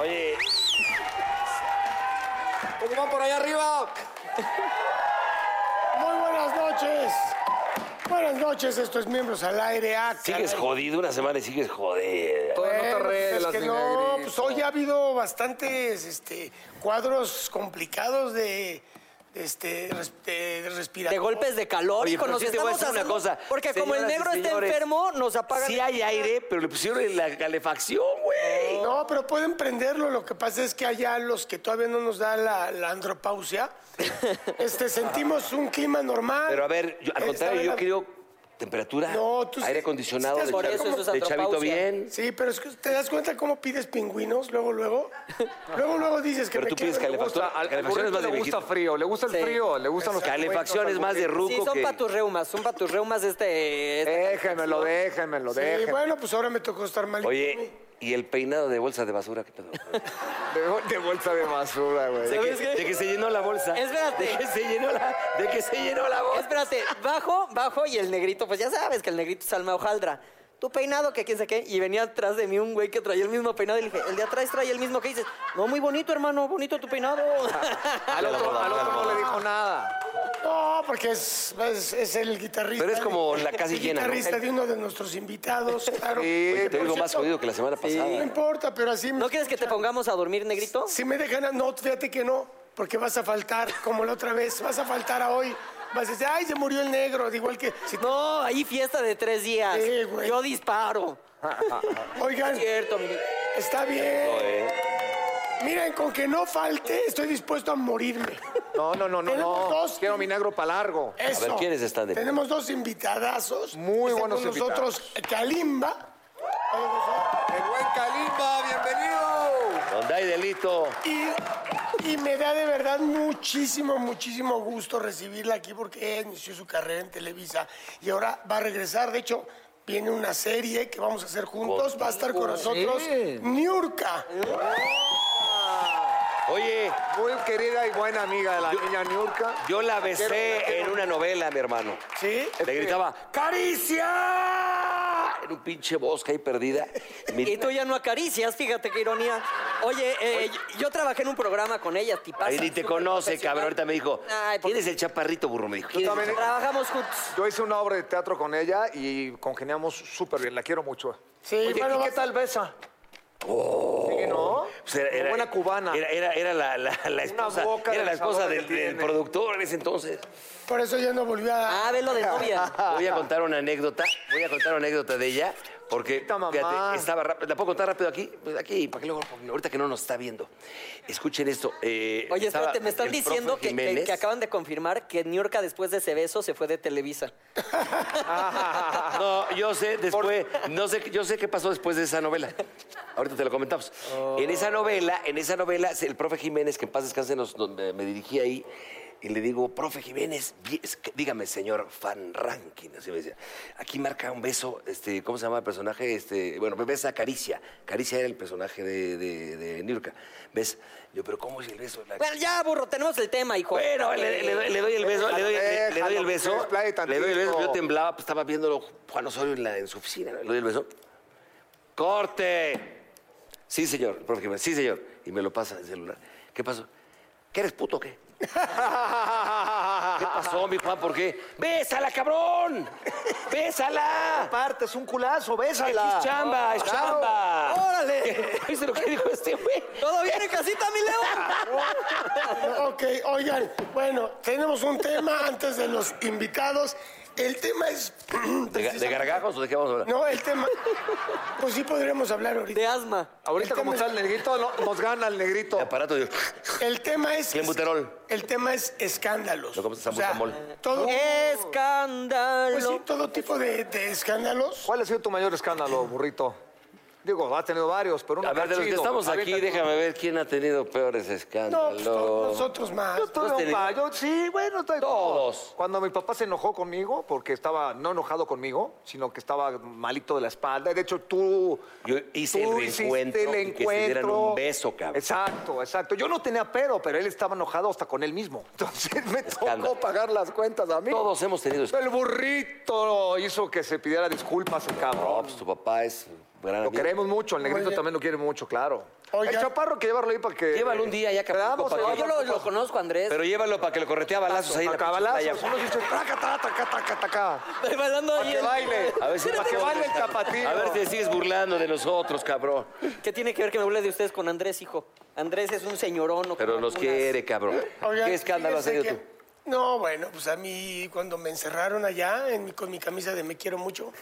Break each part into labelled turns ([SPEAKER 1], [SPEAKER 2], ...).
[SPEAKER 1] Oye. ¿Cómo van por allá arriba?
[SPEAKER 2] Muy buenas noches. Buenas noches, esto es Miembros al Aire. Ah, caray.
[SPEAKER 1] Sigues jodido una semana y sigues jodido.
[SPEAKER 2] Bueno,
[SPEAKER 3] no te
[SPEAKER 2] pues
[SPEAKER 3] arreglas,
[SPEAKER 2] es que no, pues hoy ha habido bastantes este, cuadros complicados de, de, este, res- de, de
[SPEAKER 4] De
[SPEAKER 2] respiración.
[SPEAKER 4] golpes de calor
[SPEAKER 1] Oye,
[SPEAKER 4] y con
[SPEAKER 1] pero
[SPEAKER 4] los
[SPEAKER 1] sí te voy a
[SPEAKER 4] estamos
[SPEAKER 1] decir una
[SPEAKER 4] asando-
[SPEAKER 1] cosa,
[SPEAKER 4] Porque como el
[SPEAKER 1] señoras y
[SPEAKER 4] negro está
[SPEAKER 1] señores,
[SPEAKER 4] enfermo, nos apagan.
[SPEAKER 1] Sí hay aire, pero le pusieron la calefacción, güey.
[SPEAKER 2] No, pero pueden prenderlo. Lo que pasa es que allá los que todavía no nos da la, la andropausia, este, sentimos un clima normal.
[SPEAKER 1] Pero a ver, yo- al
[SPEAKER 2] Está
[SPEAKER 1] contrario,
[SPEAKER 2] bien
[SPEAKER 1] yo
[SPEAKER 2] la-
[SPEAKER 1] quiero temperatura,
[SPEAKER 2] No, tú sí-
[SPEAKER 1] aire acondicionado,
[SPEAKER 2] estás
[SPEAKER 1] de,
[SPEAKER 2] por
[SPEAKER 1] chavi-
[SPEAKER 2] eso, eso es
[SPEAKER 1] de chavito
[SPEAKER 4] andropausia.
[SPEAKER 1] bien.
[SPEAKER 2] Sí, pero es que te das cuenta cómo pides pingüinos luego, luego. Luego, luego dices que
[SPEAKER 1] Pero
[SPEAKER 2] me
[SPEAKER 1] tú pides
[SPEAKER 2] quiero-
[SPEAKER 3] Le gusta,
[SPEAKER 1] calefacción,
[SPEAKER 3] al, al
[SPEAKER 1] calefacción es
[SPEAKER 3] burrito
[SPEAKER 1] más de
[SPEAKER 3] le gusta
[SPEAKER 1] viejito.
[SPEAKER 3] frío, le gusta el
[SPEAKER 4] Sí.
[SPEAKER 3] frío, le gustan los
[SPEAKER 1] Calefacción es más de ruco
[SPEAKER 4] Sí, son
[SPEAKER 1] que... Eh,
[SPEAKER 4] para tus reumas, son para tus reumas este. esta
[SPEAKER 3] Déjenmelo, déjenmelo,
[SPEAKER 2] Sí,
[SPEAKER 3] déjenmelo.
[SPEAKER 2] bueno, pues ahora me tocó estar mal.
[SPEAKER 1] Oye, ¿y el peinado de bolsa de basura? ¿Qué pedo?
[SPEAKER 3] De, bol- de bolsa de basura, güey.
[SPEAKER 1] De que,
[SPEAKER 4] ¿Sabes qué?
[SPEAKER 1] de que se llenó la bolsa.
[SPEAKER 4] Espérate.
[SPEAKER 1] De que se llenó la, de que se llenó la bolsa.
[SPEAKER 4] Espérate, bajo, bajo y el negrito, pues ya sabes que el negrito es alma hojaldra. Tu peinado, que quién sé qué, y venía atrás de mí un güey que traía el mismo peinado y le dije, el de atrás trae el mismo que dices, no, muy bonito, hermano, bonito tu peinado.
[SPEAKER 3] Al otro, al otro no le dijo nada.
[SPEAKER 2] No, porque es, es, es el guitarrista.
[SPEAKER 1] Pero es como
[SPEAKER 2] de-
[SPEAKER 1] la casi
[SPEAKER 2] el
[SPEAKER 1] llena, ¿no?
[SPEAKER 2] guitarrista de uno de nuestros invitados, claro.
[SPEAKER 3] Sí,
[SPEAKER 1] Oye, te
[SPEAKER 2] Por
[SPEAKER 1] digo más
[SPEAKER 2] cierto,
[SPEAKER 1] jodido que la semana
[SPEAKER 2] No
[SPEAKER 1] pasada.
[SPEAKER 2] importa, pero así.
[SPEAKER 4] ¿No quieres que te pongamos a dormir, negrito?
[SPEAKER 2] Si me dejan a no, fíjate que no, porque vas a faltar, como la otra vez, vas a faltar a hoy. Vas a decir, ay, se murió el negro, de igual que. si-
[SPEAKER 4] No, ahí fiesta de tres días.
[SPEAKER 2] Sí, güey.
[SPEAKER 4] Yo disparo.
[SPEAKER 2] Oigan,
[SPEAKER 4] Cierto, mi-
[SPEAKER 2] está bien.
[SPEAKER 1] Eh,
[SPEAKER 2] Miren, con que no falte, estoy dispuesto a morirme.
[SPEAKER 3] No, no, no, no,
[SPEAKER 2] Tenemos
[SPEAKER 3] no.
[SPEAKER 2] dos. Eh,
[SPEAKER 3] Quiero mi negro para largo.
[SPEAKER 2] Eso.
[SPEAKER 1] ver, ¿quiénes están de-
[SPEAKER 2] Tenemos dos invitadazos.
[SPEAKER 3] Muy
[SPEAKER 2] Está
[SPEAKER 3] buenos
[SPEAKER 2] con nosotros Kalimba
[SPEAKER 3] El buen Calimba, bienvenido.
[SPEAKER 1] Donde hay delito.
[SPEAKER 2] y, y me da de verdad muchísimo, muchísimo gusto recibirla aquí porque ella inició su carrera en Televisa y ahora va a regresar. De hecho, viene una serie que vamos a hacer juntos. Va a estar con nosotros Niurka.
[SPEAKER 1] Oye,
[SPEAKER 3] Muy querida y buena amiga de la niña Niurka.
[SPEAKER 1] yo la besé en una novela, mi hermano.
[SPEAKER 2] ¿Sí?
[SPEAKER 1] Le gritaba, ¡Caricia! En un pinche bosque ahí perdida. Mi-
[SPEAKER 4] Y tú ya no acaricias, fíjate qué ironía. Oye, eh, yo- yo trabajé en un programa con ella, tipaza.
[SPEAKER 1] Ahí ni te
[SPEAKER 4] súper
[SPEAKER 1] conoce, cabrón. Ahorita
[SPEAKER 4] profesional.
[SPEAKER 1] me dijo,
[SPEAKER 4] Ay, pues por-
[SPEAKER 1] ¿quién es el chaparrito, burro? Me dijo, "¿Quién es el
[SPEAKER 3] también-
[SPEAKER 4] Trabajamos juntos.
[SPEAKER 3] Yo hice una obra de teatro con ella y congeniamos súper bien. La quiero mucho.
[SPEAKER 2] Sí,
[SPEAKER 3] Oye,
[SPEAKER 2] bueno,
[SPEAKER 3] ¿y qué
[SPEAKER 2] vas-
[SPEAKER 3] tal besa? Sí, ¿no?
[SPEAKER 1] Pues era- era-
[SPEAKER 3] buena cubana.
[SPEAKER 1] Era, era- era la, la- la esposa,
[SPEAKER 3] boca
[SPEAKER 1] era la esposa
[SPEAKER 3] besadora
[SPEAKER 1] del,
[SPEAKER 3] que
[SPEAKER 1] del
[SPEAKER 3] tiene.
[SPEAKER 1] productor en ese entonces.
[SPEAKER 2] Por eso ya no volvió a.
[SPEAKER 4] Ah, velo de novia.
[SPEAKER 1] Voy a contar una anécdota, voy a contar una anécdota de ella, porque
[SPEAKER 3] Chiquita mamá.
[SPEAKER 1] estaba rápido. ¿La puedo contar rápido aquí? Pues aquí, para que luego, ahorita que no nos está viendo. Escuchen esto. eh,
[SPEAKER 4] Oye,
[SPEAKER 1] estaba
[SPEAKER 4] espérate, me están
[SPEAKER 1] el profe
[SPEAKER 4] diciendo que, que-
[SPEAKER 1] Jiménez.
[SPEAKER 4] que acaban de confirmar que Niurka después de ese beso se fue de Televisa.
[SPEAKER 1] No, yo sé después, no sé, yo sé qué pasó después de esa novela. Ahorita te lo comentamos. En esa novela, en esa novela, el profe Jiménez, que en paz descanse, nos, nos- me, me dirigí ahí y le digo, profe Jiménez, vi- es que- dígame, señor fan ranking, así me decía. Aquí marca un beso, este, ¿cómo se llama el personaje? Este, bueno, me besa Caricia. Caricia era el personaje de, de, de Niurka. ¿Ves? Yo, pero ¿cómo es el beso? La-
[SPEAKER 4] Bueno, ya, burro, tenemos el tema, hijo.
[SPEAKER 1] bueno, le, le doy, le doy el beso, le doy, le- le doy el
[SPEAKER 3] Déjalo,
[SPEAKER 1] beso.
[SPEAKER 3] que se explaye
[SPEAKER 1] Le doy el beso, yo
[SPEAKER 3] tantito.
[SPEAKER 1] temblaba, pues, estaba viéndolo Juan Osorio en, la, en su oficina. Le doy el beso. ¡Corte! Sí, señor, profe Jiménez, sí, señor. Y me lo pasa el celular. ¿Qué pasó? ¿Que eres puto o qué? ¿Qué pasó, mi Juan? ¿Por qué? ¡Bésala, cabrón! ¡Bésala!
[SPEAKER 3] Aparte, es un culazo,
[SPEAKER 1] Es
[SPEAKER 3] bésala.
[SPEAKER 1] chamba, es chamba.
[SPEAKER 4] ¡Órale!
[SPEAKER 1] ¿Viste lo que dijo este güey?
[SPEAKER 4] ¿Todo bien en casita, mi Leo?
[SPEAKER 2] Ok, oigan, bueno, tenemos un tema antes de los invitados. El tema es.
[SPEAKER 1] ¿De, ga- de gargajos o de qué vamos a hablar?
[SPEAKER 2] No, el tema. Pues sí podríamos hablar ahorita.
[SPEAKER 4] De asma.
[SPEAKER 3] Ahorita,
[SPEAKER 2] El
[SPEAKER 3] como
[SPEAKER 2] tema
[SPEAKER 3] está el negrito, no- nos gana el negrito.
[SPEAKER 1] De aparato de...
[SPEAKER 2] El tema es.
[SPEAKER 1] Clenbuterol.
[SPEAKER 2] El tema es escándalos.
[SPEAKER 1] Lo comes
[SPEAKER 2] O sea,
[SPEAKER 1] salbutamol.
[SPEAKER 2] todo,
[SPEAKER 4] Escándalo.
[SPEAKER 2] pues sí, todo tipo de, de escándalos.
[SPEAKER 3] ¿Cuál ha sido tu mayor escándalo, burrito? Digo, ha tenido varios, pero uno
[SPEAKER 1] A ver, de los que
[SPEAKER 3] chido.
[SPEAKER 1] estamos aquí,
[SPEAKER 3] Aviéntate uno.
[SPEAKER 1] déjame ver quién ha tenido peores
[SPEAKER 2] No, pues,
[SPEAKER 1] escándalos.
[SPEAKER 2] no, nosotros más.
[SPEAKER 3] Yo tuve
[SPEAKER 1] ¿Tú has
[SPEAKER 3] un
[SPEAKER 1] tenido?
[SPEAKER 3] pa- yo- sí, bueno, estoy
[SPEAKER 1] Todos.
[SPEAKER 3] Cuando mi papá se enojó conmigo, porque estaba no enojado conmigo, sino que estaba malito de la espalda. De hecho, tú.
[SPEAKER 1] Yo hice el
[SPEAKER 3] hiciste
[SPEAKER 1] reencuentro
[SPEAKER 3] el
[SPEAKER 1] y que se dieran
[SPEAKER 3] encuentro.
[SPEAKER 1] un beso, cabrón.
[SPEAKER 3] Exacto, exacto. Yo no tenía pero, pero él estaba enojado hasta con él mismo. Entonces me
[SPEAKER 1] Escándalo.
[SPEAKER 3] tocó pagar las cuentas a mí.
[SPEAKER 1] Todos hemos tenido escándalos.
[SPEAKER 3] El burrito hizo que se pidiera disculpas el
[SPEAKER 1] No,
[SPEAKER 3] cabrón.
[SPEAKER 1] pues tu papá es un gran
[SPEAKER 3] Lo
[SPEAKER 1] amigo.
[SPEAKER 3] queremos mucho, el negrito
[SPEAKER 2] Oye.
[SPEAKER 3] también lo quiere mucho, claro.
[SPEAKER 2] Oiga.
[SPEAKER 3] El chaparro que llévalo ahí para que.
[SPEAKER 1] Llévalo un día ya que
[SPEAKER 3] Le
[SPEAKER 1] Acapulco,
[SPEAKER 3] damos
[SPEAKER 1] para
[SPEAKER 3] ahí
[SPEAKER 4] No,
[SPEAKER 1] que-
[SPEAKER 4] yo lo, lo conozco, Andrés.
[SPEAKER 1] Pero llévalo para que le corretea balazos ahí en la
[SPEAKER 3] Acá
[SPEAKER 1] pinche
[SPEAKER 3] balazos,
[SPEAKER 1] playa.
[SPEAKER 3] unos dicen, taca, taca, taca, taca, taca.
[SPEAKER 4] Estoy bailando
[SPEAKER 3] Para
[SPEAKER 4] ahí.
[SPEAKER 3] que
[SPEAKER 4] el-
[SPEAKER 3] baile.
[SPEAKER 1] A ver si
[SPEAKER 3] para que baile el tapatío.
[SPEAKER 1] A ver si te sigues burlando de nosotros, cabrón.
[SPEAKER 4] ¿Qué tiene que ver que me hable de ustedes con Andrés, hijo? Andrés es un señorón. no
[SPEAKER 1] Pero
[SPEAKER 4] como
[SPEAKER 1] nos
[SPEAKER 4] algunas.
[SPEAKER 1] quiere, cabrón.
[SPEAKER 2] Oigan,
[SPEAKER 1] ¿Qué escándalo has
[SPEAKER 2] fíjense
[SPEAKER 1] tenido tú?
[SPEAKER 2] que- No, bueno, pues a mí cuando me encerraron allá en mi- con mi camisa de Me Quiero Mucho,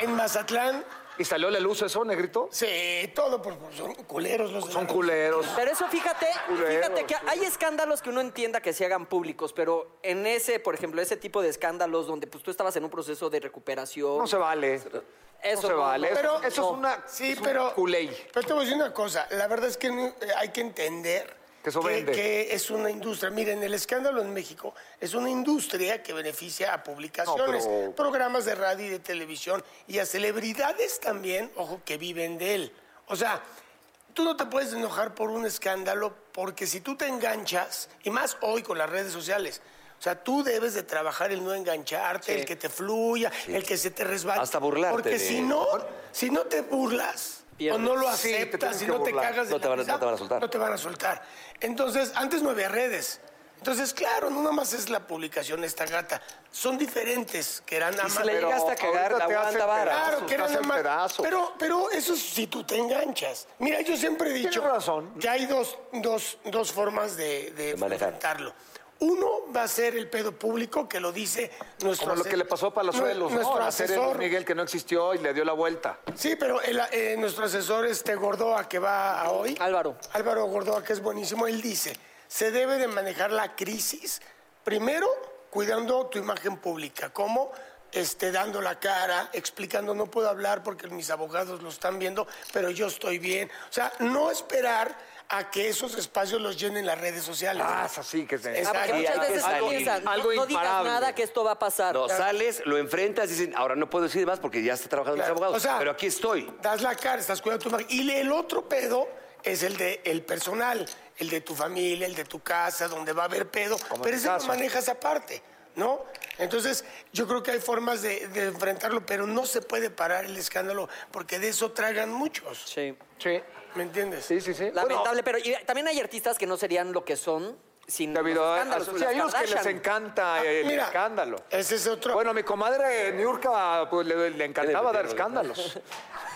[SPEAKER 2] en Mazatlán,
[SPEAKER 3] ¿Y salió a la luz eso, negrito?
[SPEAKER 2] sí, todo, por, por- son culeros los de
[SPEAKER 3] Son
[SPEAKER 2] la-
[SPEAKER 3] culeros.
[SPEAKER 4] Pero eso fíjate,
[SPEAKER 3] Culeros,
[SPEAKER 4] fíjate que hay escándalos que uno entienda que se hagan públicos, pero en ese, por ejemplo, ese tipo de escándalos donde pues tú estabas en un proceso de recuperación.
[SPEAKER 3] No se vale.
[SPEAKER 4] Eso
[SPEAKER 3] no se
[SPEAKER 4] no,
[SPEAKER 3] vale.
[SPEAKER 4] no,
[SPEAKER 3] Eso-
[SPEAKER 2] Pero- Oh,
[SPEAKER 3] eso es una,
[SPEAKER 2] Sí,
[SPEAKER 3] es un
[SPEAKER 2] pero.
[SPEAKER 3] culey.
[SPEAKER 2] Pero te voy a decir una cosa. La verdad es que no- eh, hay que entender.
[SPEAKER 3] Que eso vende.
[SPEAKER 2] que es una industria. Miren, el escándalo en México es una industria que beneficia a publicaciones,
[SPEAKER 3] No, pero-
[SPEAKER 2] programas de radio y de televisión y a celebridades también, ojo, que viven de él. O sea, tú no te puedes enojar por un escándalo porque si tú te enganchas, y más hoy con las redes sociales, o sea, tú debes de trabajar el no engancharte, el que te fluya, el que se te resbale.
[SPEAKER 1] Hasta burlarte
[SPEAKER 2] Porque
[SPEAKER 1] de-
[SPEAKER 2] si no, si no te burlas
[SPEAKER 4] Pierdes.
[SPEAKER 2] o no lo
[SPEAKER 3] Sí, te
[SPEAKER 2] aceptas,
[SPEAKER 3] tienes
[SPEAKER 2] si
[SPEAKER 3] que
[SPEAKER 2] no te
[SPEAKER 3] burlar.
[SPEAKER 2] cagas de
[SPEAKER 1] No te
[SPEAKER 2] la
[SPEAKER 1] van a-
[SPEAKER 2] risa,
[SPEAKER 1] no te van a soltar.
[SPEAKER 2] no te van a soltar. Entonces, antes no había redes. Entonces, claro, no nada más es la publicación esta gata. Son diferentes, que eran nada
[SPEAKER 1] Y
[SPEAKER 2] más...
[SPEAKER 1] se le
[SPEAKER 2] Pero-
[SPEAKER 1] llegaste a cagar,
[SPEAKER 3] ahorita te
[SPEAKER 1] aguanta
[SPEAKER 3] hacen
[SPEAKER 1] vara.
[SPEAKER 3] pedazos.
[SPEAKER 2] Claro, que eran
[SPEAKER 3] Estás
[SPEAKER 2] nada
[SPEAKER 3] en
[SPEAKER 2] más...
[SPEAKER 3] pedazos.
[SPEAKER 2] Pero, pero eso es si tú te enganchas. Mira, yo siempre he
[SPEAKER 3] Tienes
[SPEAKER 2] dicho
[SPEAKER 3] razón.
[SPEAKER 2] que hay dos, dos, dos formas de, de
[SPEAKER 1] manejar.
[SPEAKER 2] enfrentarlo. Uno va a ser el pedo público, que lo dice nuestro...
[SPEAKER 3] Como lo
[SPEAKER 2] ase-
[SPEAKER 3] que le pasó a Palazuelos, ¿no?
[SPEAKER 2] nuestro
[SPEAKER 3] A la serie de Luis
[SPEAKER 2] asesor.
[SPEAKER 3] Miguel que no existió y le dio la vuelta.
[SPEAKER 2] Sí, pero el, eh, nuestro asesor este Gordoa que va a hoy.
[SPEAKER 4] Álvaro.
[SPEAKER 2] Álvaro Gordoa, que es buenísimo, él dice, se debe de manejar la crisis primero cuidando tu imagen pública, como este, dando la cara, explicando, no puedo hablar porque mis abogados lo están viendo, pero yo estoy bien. O sea, no esperar a que esos espacios los llenen las redes sociales.
[SPEAKER 3] Ah, es así que se...
[SPEAKER 2] Exacto.
[SPEAKER 4] Ah, porque
[SPEAKER 2] Y
[SPEAKER 4] muchas
[SPEAKER 2] hay que
[SPEAKER 4] veces tú
[SPEAKER 1] salir.
[SPEAKER 4] piensas, no,
[SPEAKER 3] Algo
[SPEAKER 4] no digas
[SPEAKER 3] imparable.
[SPEAKER 4] nada que esto va a pasar.
[SPEAKER 1] No, sales, lo enfrentas, dicen, ahora no puedo decir más porque ya está trabajando mis
[SPEAKER 2] Claro,
[SPEAKER 1] abogados.
[SPEAKER 2] o sea,
[SPEAKER 1] pero aquí estoy.
[SPEAKER 2] Das la cara, estás cuidando tu imagen. Y le- el otro pedo es el de el personal, el de tu familia, el de tu casa, donde va a haber pedo.
[SPEAKER 3] Como
[SPEAKER 2] pero
[SPEAKER 3] en mi
[SPEAKER 2] ese lo
[SPEAKER 3] caso.
[SPEAKER 2] manejas aparte, ¿no? Entonces, yo creo que hay formas de, de enfrentarlo, pero no se puede parar el escándalo, porque de eso tragan muchos.
[SPEAKER 4] Sí.
[SPEAKER 3] Sí,
[SPEAKER 2] ¿Me entiendes?
[SPEAKER 3] sí, sí. sí.
[SPEAKER 4] Lamentable, pero y también hay artistas que no serían lo que son sin
[SPEAKER 3] Bueno,
[SPEAKER 4] los
[SPEAKER 3] David, ah,
[SPEAKER 4] escándalos.
[SPEAKER 3] sí,
[SPEAKER 4] las
[SPEAKER 3] hay unos que les
[SPEAKER 4] Kardashian.
[SPEAKER 3] encanta el
[SPEAKER 2] Ah, Mira,
[SPEAKER 3] escándalo.
[SPEAKER 2] Ese es otro.
[SPEAKER 3] Bueno, a mi comadre Niurka pues, le, le encantaba dar escándalos.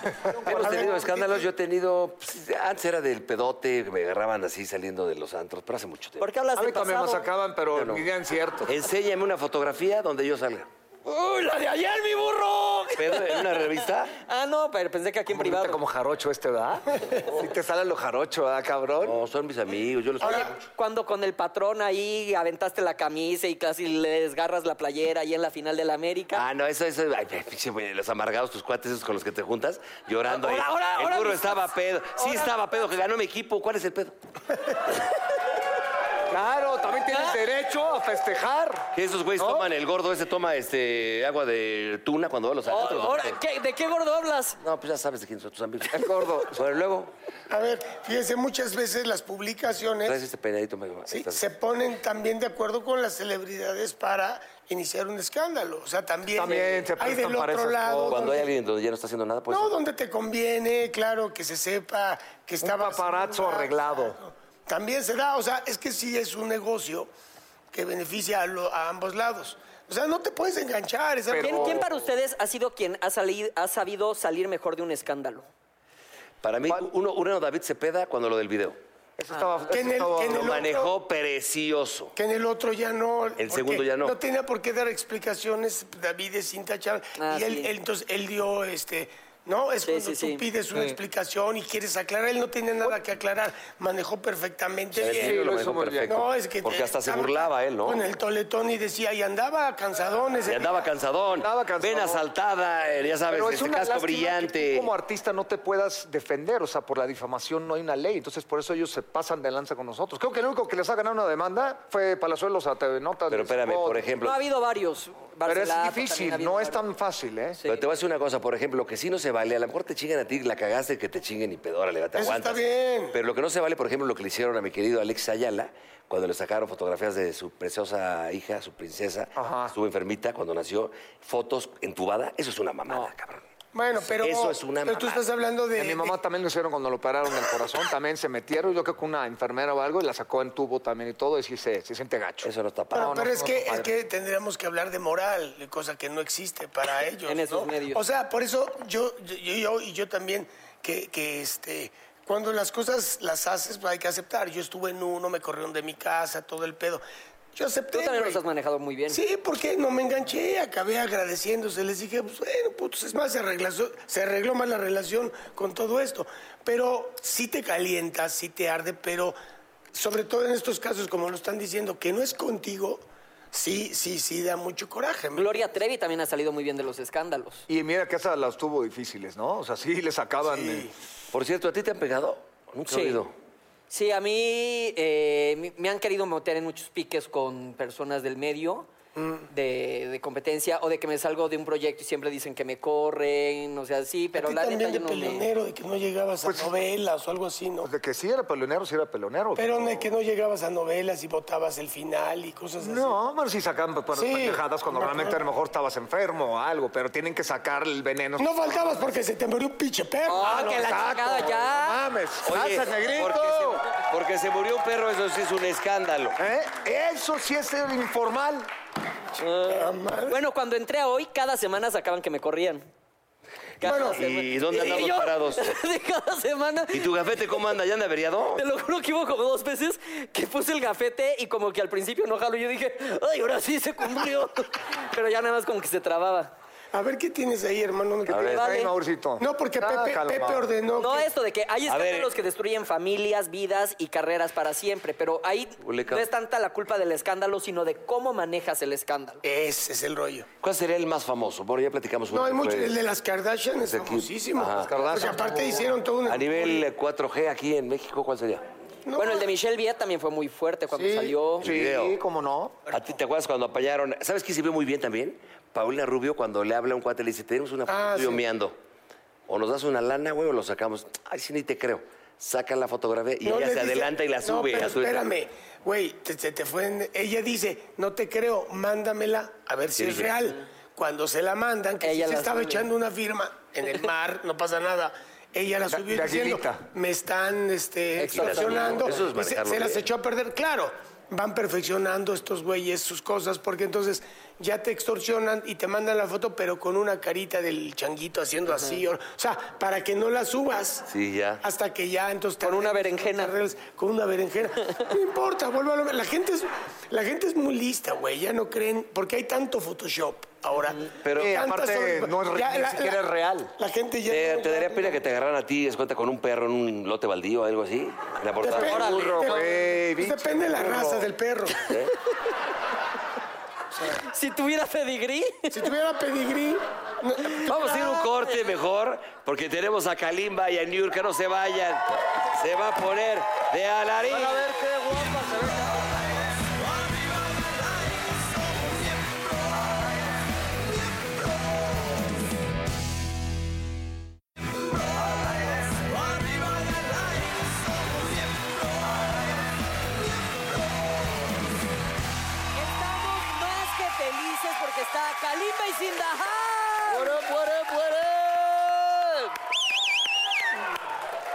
[SPEAKER 1] Hemos
[SPEAKER 2] A ver,
[SPEAKER 1] tenido
[SPEAKER 2] ¿qué-
[SPEAKER 1] escándalos,
[SPEAKER 2] qué-
[SPEAKER 1] yo he tenido... pues, antes era del pedote, que me agarraban así saliendo de los antros, pero hace mucho tiempo.
[SPEAKER 4] ¿Por qué hablas
[SPEAKER 3] A
[SPEAKER 4] de
[SPEAKER 3] mí también me
[SPEAKER 4] pasado?
[SPEAKER 3] sacaban, pero ni idea en cierto.
[SPEAKER 1] Enséñame una fotografía donde yo salga.
[SPEAKER 4] ¡Uy, la de ayer, mi burro!
[SPEAKER 1] ¿Pedo en una revista?
[SPEAKER 4] Ah, no, pero pensé que aquí en
[SPEAKER 3] Ahorita
[SPEAKER 4] privado. Oh.
[SPEAKER 3] como jarocho este, ¿verdad? Si te sale lo jarocho, ¿verdad, cabrón?
[SPEAKER 1] No, son mis amigos, yo los
[SPEAKER 4] Oye,
[SPEAKER 1] quiero mucho.
[SPEAKER 4] cuando con el patrón ahí aventaste la camisa y casi le desgarras la playera ahí en la final del América.
[SPEAKER 1] Ah, no, eso, eso, ay, pinche, güey, los amargados, tus cuates esos con los que te juntas, llorando ahí.
[SPEAKER 4] Ahora, ahora,
[SPEAKER 1] el
[SPEAKER 4] ahora
[SPEAKER 1] burro
[SPEAKER 4] mis-
[SPEAKER 1] estaba pedo. Sí
[SPEAKER 4] ahora-
[SPEAKER 1] estaba pedo, que ganó mi equipo. ¿Cuál es el pedo?
[SPEAKER 3] Claro, también tienes derecho a festejar.
[SPEAKER 1] Que esos güeyes
[SPEAKER 3] ¿No?
[SPEAKER 1] toman, el gordo ese toma este agua de tuna cuando va a los
[SPEAKER 4] Oh,
[SPEAKER 1] teatros.
[SPEAKER 4] Ahora, ¿qué- ¿de qué gordo hablas?
[SPEAKER 1] No, pues ya sabes de quién son tus amigos.
[SPEAKER 3] El gordo.
[SPEAKER 1] Bueno, luego
[SPEAKER 2] A ver, fíjense, muchas veces las
[SPEAKER 1] traes
[SPEAKER 4] ¿Eh?
[SPEAKER 2] publicaciones
[SPEAKER 1] este peinadito. me-
[SPEAKER 2] sí,
[SPEAKER 1] estás-
[SPEAKER 2] se ponen también de acuerdo con las celebridades para iniciar un escándalo. O sea, también,
[SPEAKER 3] También se
[SPEAKER 2] hay
[SPEAKER 3] prestan
[SPEAKER 2] del
[SPEAKER 3] para
[SPEAKER 2] otro
[SPEAKER 3] esas
[SPEAKER 2] lado.
[SPEAKER 3] cosas.
[SPEAKER 1] Cuando hay
[SPEAKER 2] donde-
[SPEAKER 1] alguien donde ya no está haciendo nada, pues.
[SPEAKER 2] No, donde te conviene, claro, que se sepa que estaba...
[SPEAKER 3] paparazzo arreglado.
[SPEAKER 2] También se da, o sea, es que sí es un negocio que beneficia a, lo- a ambos lados. O sea, no te puedes enganchar. esa-
[SPEAKER 3] Pero-
[SPEAKER 4] ¿Quién, quién para ustedes ha sido quien ha, salido, ha sabido salir mejor de un escándalo?
[SPEAKER 1] Para mí, uno, uno David Cepeda cuando lo del video.
[SPEAKER 3] Eso estaba.
[SPEAKER 2] Que en el-
[SPEAKER 3] eso estaba-
[SPEAKER 2] que en
[SPEAKER 1] Lo
[SPEAKER 2] el-
[SPEAKER 1] manejó precioso.
[SPEAKER 2] Que en el otro ya no. porque
[SPEAKER 1] segundo ya no.
[SPEAKER 2] No tenía por qué dar explicaciones, David es intachable.
[SPEAKER 4] Ah,
[SPEAKER 2] y él,
[SPEAKER 4] sí.
[SPEAKER 2] él- entonces, él dio este. No, es
[SPEAKER 4] Sí,
[SPEAKER 2] cuando
[SPEAKER 4] sí,
[SPEAKER 2] tú
[SPEAKER 4] sí.
[SPEAKER 2] pides una explicación y quieres aclarar. Él no tenía nada que aclarar. Manejó perfectamente
[SPEAKER 1] El
[SPEAKER 2] bien.
[SPEAKER 1] video
[SPEAKER 3] lo
[SPEAKER 1] lo
[SPEAKER 3] hizo
[SPEAKER 1] manejó
[SPEAKER 3] muy bien.
[SPEAKER 1] perfecto.
[SPEAKER 2] No, es que
[SPEAKER 1] Porque
[SPEAKER 2] te-
[SPEAKER 1] hasta se
[SPEAKER 2] estaba
[SPEAKER 1] burlaba él, ¿no?
[SPEAKER 2] Con el toletón y decía, y andaba cansadón. ese
[SPEAKER 1] Y andaba
[SPEAKER 2] día.
[SPEAKER 1] cansadón,
[SPEAKER 3] Andaba cansadón.
[SPEAKER 1] vena saltada, eh, ya sabes,
[SPEAKER 3] Pero es
[SPEAKER 1] este
[SPEAKER 3] una
[SPEAKER 1] casco
[SPEAKER 3] lástima que
[SPEAKER 1] brillante.
[SPEAKER 3] tú como artista no te puedas defender, o sea, por la difamación no hay una ley, entonces por eso ellos se pasan de lanza con nosotros. Creo que el único que les ha ganado una demanda fue Palazuelos a TV Notas.
[SPEAKER 1] Pero espérame,
[SPEAKER 3] Spot.
[SPEAKER 1] por ejemplo,
[SPEAKER 4] No ha habido varios.
[SPEAKER 3] Pero es
[SPEAKER 4] Barcelata también ha
[SPEAKER 3] difícil,
[SPEAKER 4] habido
[SPEAKER 3] no es
[SPEAKER 4] varios.
[SPEAKER 3] tan fácil, ¿eh?
[SPEAKER 1] Pero te voy a decir una cosa, por ejemplo, lo que sí no se vale, a lo mejor te chingan a ti, la cagaste, que te chinguen y pedora, le te
[SPEAKER 2] Eso está
[SPEAKER 1] aguantas.
[SPEAKER 2] bien.
[SPEAKER 1] Pero lo que no se vale, por ejemplo, lo que le hicieron a mi querido Alex Ayala, cuando le sacaron fotografías de su preciosa hija, su princesa,
[SPEAKER 3] Ajá.
[SPEAKER 1] estuvo enfermita cuando nació, fotos entubada, eso es una mamada, cabrón.
[SPEAKER 2] Bueno, pero.
[SPEAKER 1] Eso es una
[SPEAKER 2] pero tú
[SPEAKER 1] mamada.
[SPEAKER 2] estás hablando de. eh,
[SPEAKER 3] A mi mamá también lo hicieron cuando lo operaron el corazón, también se metieron, yo creo que una enfermera o algo, y la sacó en tubo también y todo, y sí se, se siente gacho.
[SPEAKER 1] Eso no está
[SPEAKER 2] Pero,
[SPEAKER 1] padre.
[SPEAKER 3] No, no,
[SPEAKER 2] pero es,
[SPEAKER 3] no,
[SPEAKER 2] que,
[SPEAKER 3] no,
[SPEAKER 2] es
[SPEAKER 3] padre.
[SPEAKER 2] que tendríamos que hablar de moral, de cosa que no existe para ellos.
[SPEAKER 4] En esos
[SPEAKER 2] ¿no?
[SPEAKER 4] medios.
[SPEAKER 2] O sea, por eso yo, yo, yo- y yo también, que, que, este, cuando las cosas las haces, pues, hay que aceptar. Yo estuve en uno, me corrieron de mi casa, todo el pedo. Yo acepté.
[SPEAKER 4] Tú también
[SPEAKER 2] güey.
[SPEAKER 4] los has manejado muy bien.
[SPEAKER 2] Sí, porque no me enganché, acabé agradeciéndose. Les dije, pues bueno, putos, es más, se arregló, se arregló más la relación con todo esto. Pero sí te calienta, sí te arde, pero sobre todo en estos casos, como lo están diciendo, que no es contigo, sí, sí, sí da mucho coraje. ¿me?
[SPEAKER 4] Gloria Trevi también ha salido muy bien de los escándalos.
[SPEAKER 3] Y mira que esas las tuvo difíciles, ¿no? O sea, sí le sacaban... eh,
[SPEAKER 1] Por cierto, ¿a ti te han pegado? Nunca he
[SPEAKER 4] Sí.
[SPEAKER 1] oído.
[SPEAKER 4] Sí, a mí eh, me- me han querido meter en muchos piques con personas del medio
[SPEAKER 2] Mm.
[SPEAKER 4] de, de competencia o de que me salgo de un proyecto y siempre dicen que me corren, o sea, sí, pero
[SPEAKER 2] a ti
[SPEAKER 4] la neta
[SPEAKER 2] también
[SPEAKER 4] yo
[SPEAKER 2] de
[SPEAKER 4] no me...
[SPEAKER 2] peleonero, de que no llegabas a novelas o algo así, ¿no?
[SPEAKER 3] pues de que sí era pelonero, sí era pelonero.
[SPEAKER 2] Pero de que no llegabas a novelas y votabas el final y cosas así.
[SPEAKER 3] No, bueno, sí sacan pues,
[SPEAKER 2] Sí.
[SPEAKER 3] pendejadas cuando
[SPEAKER 2] No,
[SPEAKER 3] realmente a lo mejor estabas enfermo o algo, pero tienen que sacar el veneno.
[SPEAKER 2] No faltabas porque se te murió un pinche perro.
[SPEAKER 4] Ah,
[SPEAKER 3] no,
[SPEAKER 4] que la
[SPEAKER 3] exacto,
[SPEAKER 4] chingada ya.
[SPEAKER 3] No mames. Gracias, negrito.
[SPEAKER 1] Porque se, porque se murió un perro, eso sí es un escándalo.
[SPEAKER 3] ¿Eh? Eso sí es el informal.
[SPEAKER 2] Ah.
[SPEAKER 4] Bueno, cuando entré a hoy, cada semana sacaban que me corrían.
[SPEAKER 2] Bueno,
[SPEAKER 1] ¿y dónde andamos
[SPEAKER 4] yo-
[SPEAKER 1] parados?
[SPEAKER 4] de cada semana...
[SPEAKER 1] ¿Y tu gafete cómo anda? ¿Ya anda averiado?
[SPEAKER 4] Te lo juro que hubo como dos veces que puse el gafete y como que al principio no jalo. Yo dije, ay, ahora sí se cumplió. Pero ya nada más como que se trababa.
[SPEAKER 2] A ver qué tienes ahí, hermano.
[SPEAKER 3] A ver,
[SPEAKER 4] vale.
[SPEAKER 3] ven, Mauricito.
[SPEAKER 2] No, porque
[SPEAKER 3] Ah,
[SPEAKER 2] Pepe,
[SPEAKER 3] calma.
[SPEAKER 2] Pepe ordenó.
[SPEAKER 4] No
[SPEAKER 2] que-
[SPEAKER 4] esto de que hay
[SPEAKER 1] A ver.
[SPEAKER 4] escándalos que destruyen familias, vidas y carreras para siempre, pero ahí
[SPEAKER 1] Uleca.
[SPEAKER 4] no es tanta la culpa del escándalo, sino de cómo manejas el escándalo.
[SPEAKER 2] Ese es el rollo.
[SPEAKER 1] ¿Cuál sería el más famoso? Bueno, ya platicamos un
[SPEAKER 2] No, hay
[SPEAKER 1] poco
[SPEAKER 2] mucho.
[SPEAKER 1] de-
[SPEAKER 2] El de las Kardashian es
[SPEAKER 1] pues, de aquí.
[SPEAKER 2] famosísimo.
[SPEAKER 1] Ajá.
[SPEAKER 2] Porque aparte hicieron todo un.
[SPEAKER 1] A nivel eh, 4G aquí en México, ¿cuál sería?
[SPEAKER 2] No,
[SPEAKER 4] Bueno, el de Michelle Viet también fue muy fuerte cuando
[SPEAKER 2] Sí.
[SPEAKER 4] salió.
[SPEAKER 1] El video.
[SPEAKER 3] Sí, cómo no.
[SPEAKER 1] ¿A ti te acuerdas cuando apañaron? ¿Sabes quién se vio muy bien también? Paulina Rubio, cuando le habla a un cuate, le dice, tenemos una foto
[SPEAKER 2] Ah,
[SPEAKER 1] tuyo
[SPEAKER 2] sí.
[SPEAKER 1] meando. O nos das una lana, güey, o lo sacamos. Ay, sí, ni te creo. Saca la fotografía y
[SPEAKER 2] no
[SPEAKER 1] ella
[SPEAKER 2] le
[SPEAKER 1] se
[SPEAKER 2] dice-
[SPEAKER 1] adelanta y la
[SPEAKER 2] No,
[SPEAKER 1] sube.
[SPEAKER 2] pero
[SPEAKER 1] a su-
[SPEAKER 2] espérame. Güey, te, te- te fue en- Ella dice, no te creo, mándamela a ver si es
[SPEAKER 1] dije.
[SPEAKER 2] real. Cuando se la mandan, que
[SPEAKER 4] Ella
[SPEAKER 2] sí se
[SPEAKER 4] la
[SPEAKER 2] estaba
[SPEAKER 4] sube.
[SPEAKER 2] echando una firma en el mar, no pasa nada. Ella la
[SPEAKER 3] De-
[SPEAKER 2] subió
[SPEAKER 3] de
[SPEAKER 2] diciendo,
[SPEAKER 3] aguilita.
[SPEAKER 2] me están este,
[SPEAKER 1] Extorsionando.
[SPEAKER 2] extorsionando.
[SPEAKER 1] Eso es
[SPEAKER 2] Y se,
[SPEAKER 1] manejarlo
[SPEAKER 2] se las
[SPEAKER 1] bien.
[SPEAKER 2] echó a perder. Claro, van perfeccionando estos güeyes sus cosas, porque entonces ya te extorsionan y te mandan la foto, pero con una carita del changuito haciendo así. O o sea, para que no la subas.
[SPEAKER 1] Sí, ya.
[SPEAKER 2] Hasta que ya, entonces... te
[SPEAKER 4] Con una
[SPEAKER 2] arreglas,
[SPEAKER 4] berenjena.
[SPEAKER 2] te arreglas Con una berenjena. No importa, vuelvo a lo La gente es, la gente es muy lista, güey. Ya no creen... Porque hay tanto Photoshop ahora.
[SPEAKER 1] Pero-
[SPEAKER 2] Y
[SPEAKER 3] Eh,
[SPEAKER 2] tantas
[SPEAKER 3] aparte,
[SPEAKER 2] sobre-
[SPEAKER 3] no es re-
[SPEAKER 2] ya
[SPEAKER 3] ni siquiera es real.
[SPEAKER 2] La gente ya...
[SPEAKER 1] Te,
[SPEAKER 2] no-
[SPEAKER 1] Eh, te daría pena que te agarraran a ti, es cuenta, con un perro en un lote baldío o algo así. En la portada.
[SPEAKER 2] Depende,
[SPEAKER 3] Órale, burro,
[SPEAKER 2] te-
[SPEAKER 3] güey,
[SPEAKER 2] pues
[SPEAKER 3] bicho
[SPEAKER 2] depende de la
[SPEAKER 3] burro.
[SPEAKER 2] raza del perro.
[SPEAKER 4] Si tuviera pedigrí,
[SPEAKER 2] Si tuviera pedigrí... no-
[SPEAKER 1] Vamos a ir a un corte mejor, porque tenemos a Kalimba y a Niurka, no se vayan. Se va a poner de alarín.
[SPEAKER 3] ver qué guapa se ve.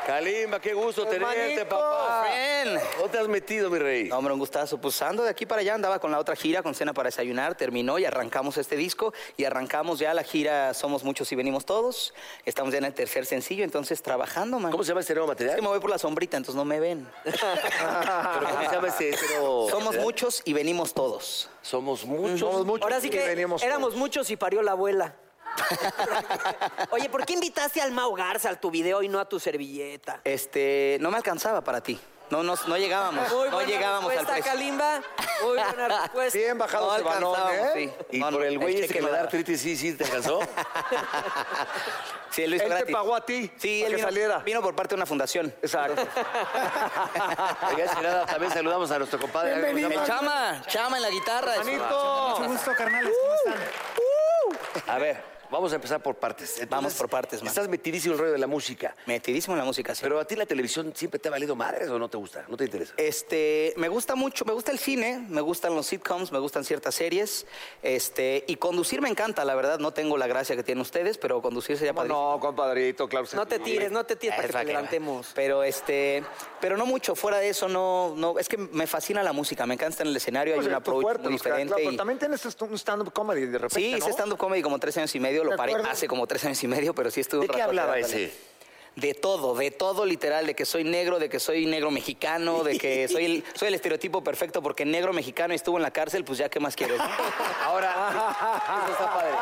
[SPEAKER 1] Kalimba, qué gusto tenerte,
[SPEAKER 4] Hermanito.
[SPEAKER 1] papá.
[SPEAKER 4] Ven.
[SPEAKER 1] ¿Dónde te has metido, mi rey?
[SPEAKER 4] No, hombre, un gustazo. Pues ando de aquí para allá, andaba con la otra gira, con Cena para Desayunar, terminó y arrancamos este disco y arrancamos ya la gira Somos Muchos y Venimos Todos. Estamos ya en el tercer sencillo, entonces trabajando, man.
[SPEAKER 1] ¿Cómo se llama este nuevo
[SPEAKER 4] Es
[SPEAKER 1] material?
[SPEAKER 4] que me voy por la sombrita, entonces no me ven. Ah.
[SPEAKER 1] ¿Pero ¿Cómo se llama este, este nuevo
[SPEAKER 4] Somos
[SPEAKER 1] material?
[SPEAKER 4] Muchos y Venimos Todos.
[SPEAKER 1] Somos muchos.
[SPEAKER 3] Somos muchos.
[SPEAKER 5] Ahora sí
[SPEAKER 3] y
[SPEAKER 5] que
[SPEAKER 3] venimos
[SPEAKER 5] éramos
[SPEAKER 3] todos.
[SPEAKER 5] muchos y parió la abuela. Oye, ¿por qué invitaste al Mau Garza al tu video y no a tu servilleta?
[SPEAKER 4] Este, no me alcanzaba para ti. No, no, no llegábamos,
[SPEAKER 5] Muy
[SPEAKER 4] no
[SPEAKER 5] buena
[SPEAKER 4] llegábamos al
[SPEAKER 5] respuesta,
[SPEAKER 4] precio.
[SPEAKER 5] Kalimba. Muy buena respuesta.
[SPEAKER 3] Bien bajado
[SPEAKER 4] No
[SPEAKER 3] ese balón,
[SPEAKER 4] alcanzábamos,
[SPEAKER 3] ¿eh?
[SPEAKER 4] sí.
[SPEAKER 1] Y
[SPEAKER 4] No,
[SPEAKER 1] por
[SPEAKER 4] no,
[SPEAKER 1] el güey ese
[SPEAKER 4] cheque
[SPEAKER 1] que
[SPEAKER 4] no
[SPEAKER 1] le da
[SPEAKER 4] daba.
[SPEAKER 1] artritis, sí, sí, te alcanzó.
[SPEAKER 4] Sí, él lo hizo
[SPEAKER 3] Él te
[SPEAKER 4] gratis.
[SPEAKER 3] pagó a ti
[SPEAKER 4] Sí,
[SPEAKER 3] para
[SPEAKER 4] él
[SPEAKER 3] que
[SPEAKER 4] vino,
[SPEAKER 3] saliera.
[SPEAKER 4] vino por parte de una fundación.
[SPEAKER 3] Exacto.
[SPEAKER 1] Oigan, sin nada, también saludamos a nuestro compadre.
[SPEAKER 2] Bienvenido.
[SPEAKER 4] El Chama, Chama en la guitarra.
[SPEAKER 3] Manito.
[SPEAKER 6] Mucho gusto, carnales. ¿Cómo están?
[SPEAKER 1] Uh, A ver, vamos a empezar por partes. Entonces,
[SPEAKER 4] Vamos por partes, man.
[SPEAKER 1] Estás metidísimo en el rollo de la música.
[SPEAKER 4] Metidísimo en la música, sí.
[SPEAKER 1] Pero a ti la televisión siempre te ha valido madres o no te gusta, no te interesa.
[SPEAKER 4] Este, me gusta mucho, me gusta el cine, me gustan los sitcoms, me gustan ciertas series. Este, y conducir me encanta, la verdad, no tengo la gracia que tienen ustedes, pero conducir sería
[SPEAKER 3] ¿Cómo
[SPEAKER 4] padrísimo.
[SPEAKER 3] no, compadrito, claro. que
[SPEAKER 5] No te
[SPEAKER 3] sí.
[SPEAKER 5] tires, no te tires para
[SPEAKER 4] Es
[SPEAKER 5] que te levantemos.
[SPEAKER 4] Pero este, pero no mucho, fuera de eso no no, es que me fascina la música, me encanta en el escenario,
[SPEAKER 3] Pues,
[SPEAKER 4] hay un
[SPEAKER 3] tu
[SPEAKER 4] approach
[SPEAKER 3] fuerte,
[SPEAKER 4] muy
[SPEAKER 3] nos queda
[SPEAKER 4] diferente
[SPEAKER 3] claro,
[SPEAKER 4] y-
[SPEAKER 3] pero también tienes est- un stand-up comedy de repente,
[SPEAKER 4] Sí,
[SPEAKER 3] ¿no?
[SPEAKER 4] hice stand-up comedy como tres años y medio, lo
[SPEAKER 2] ¿De
[SPEAKER 4] paré
[SPEAKER 2] acuerdo?
[SPEAKER 4] hace como tres años y medio, pero sí estuve un
[SPEAKER 1] ¿De qué
[SPEAKER 4] ratote
[SPEAKER 1] hablaba
[SPEAKER 4] dándole.
[SPEAKER 1] ese?
[SPEAKER 4] De todo, de todo literal, de que soy negro, de que soy negro mexicano, de que soy el, soy el estereotipo perfecto porque negro mexicano y estuvo en la cárcel, pues ya, ¿qué más quieres?
[SPEAKER 1] Ahora, eso está padre.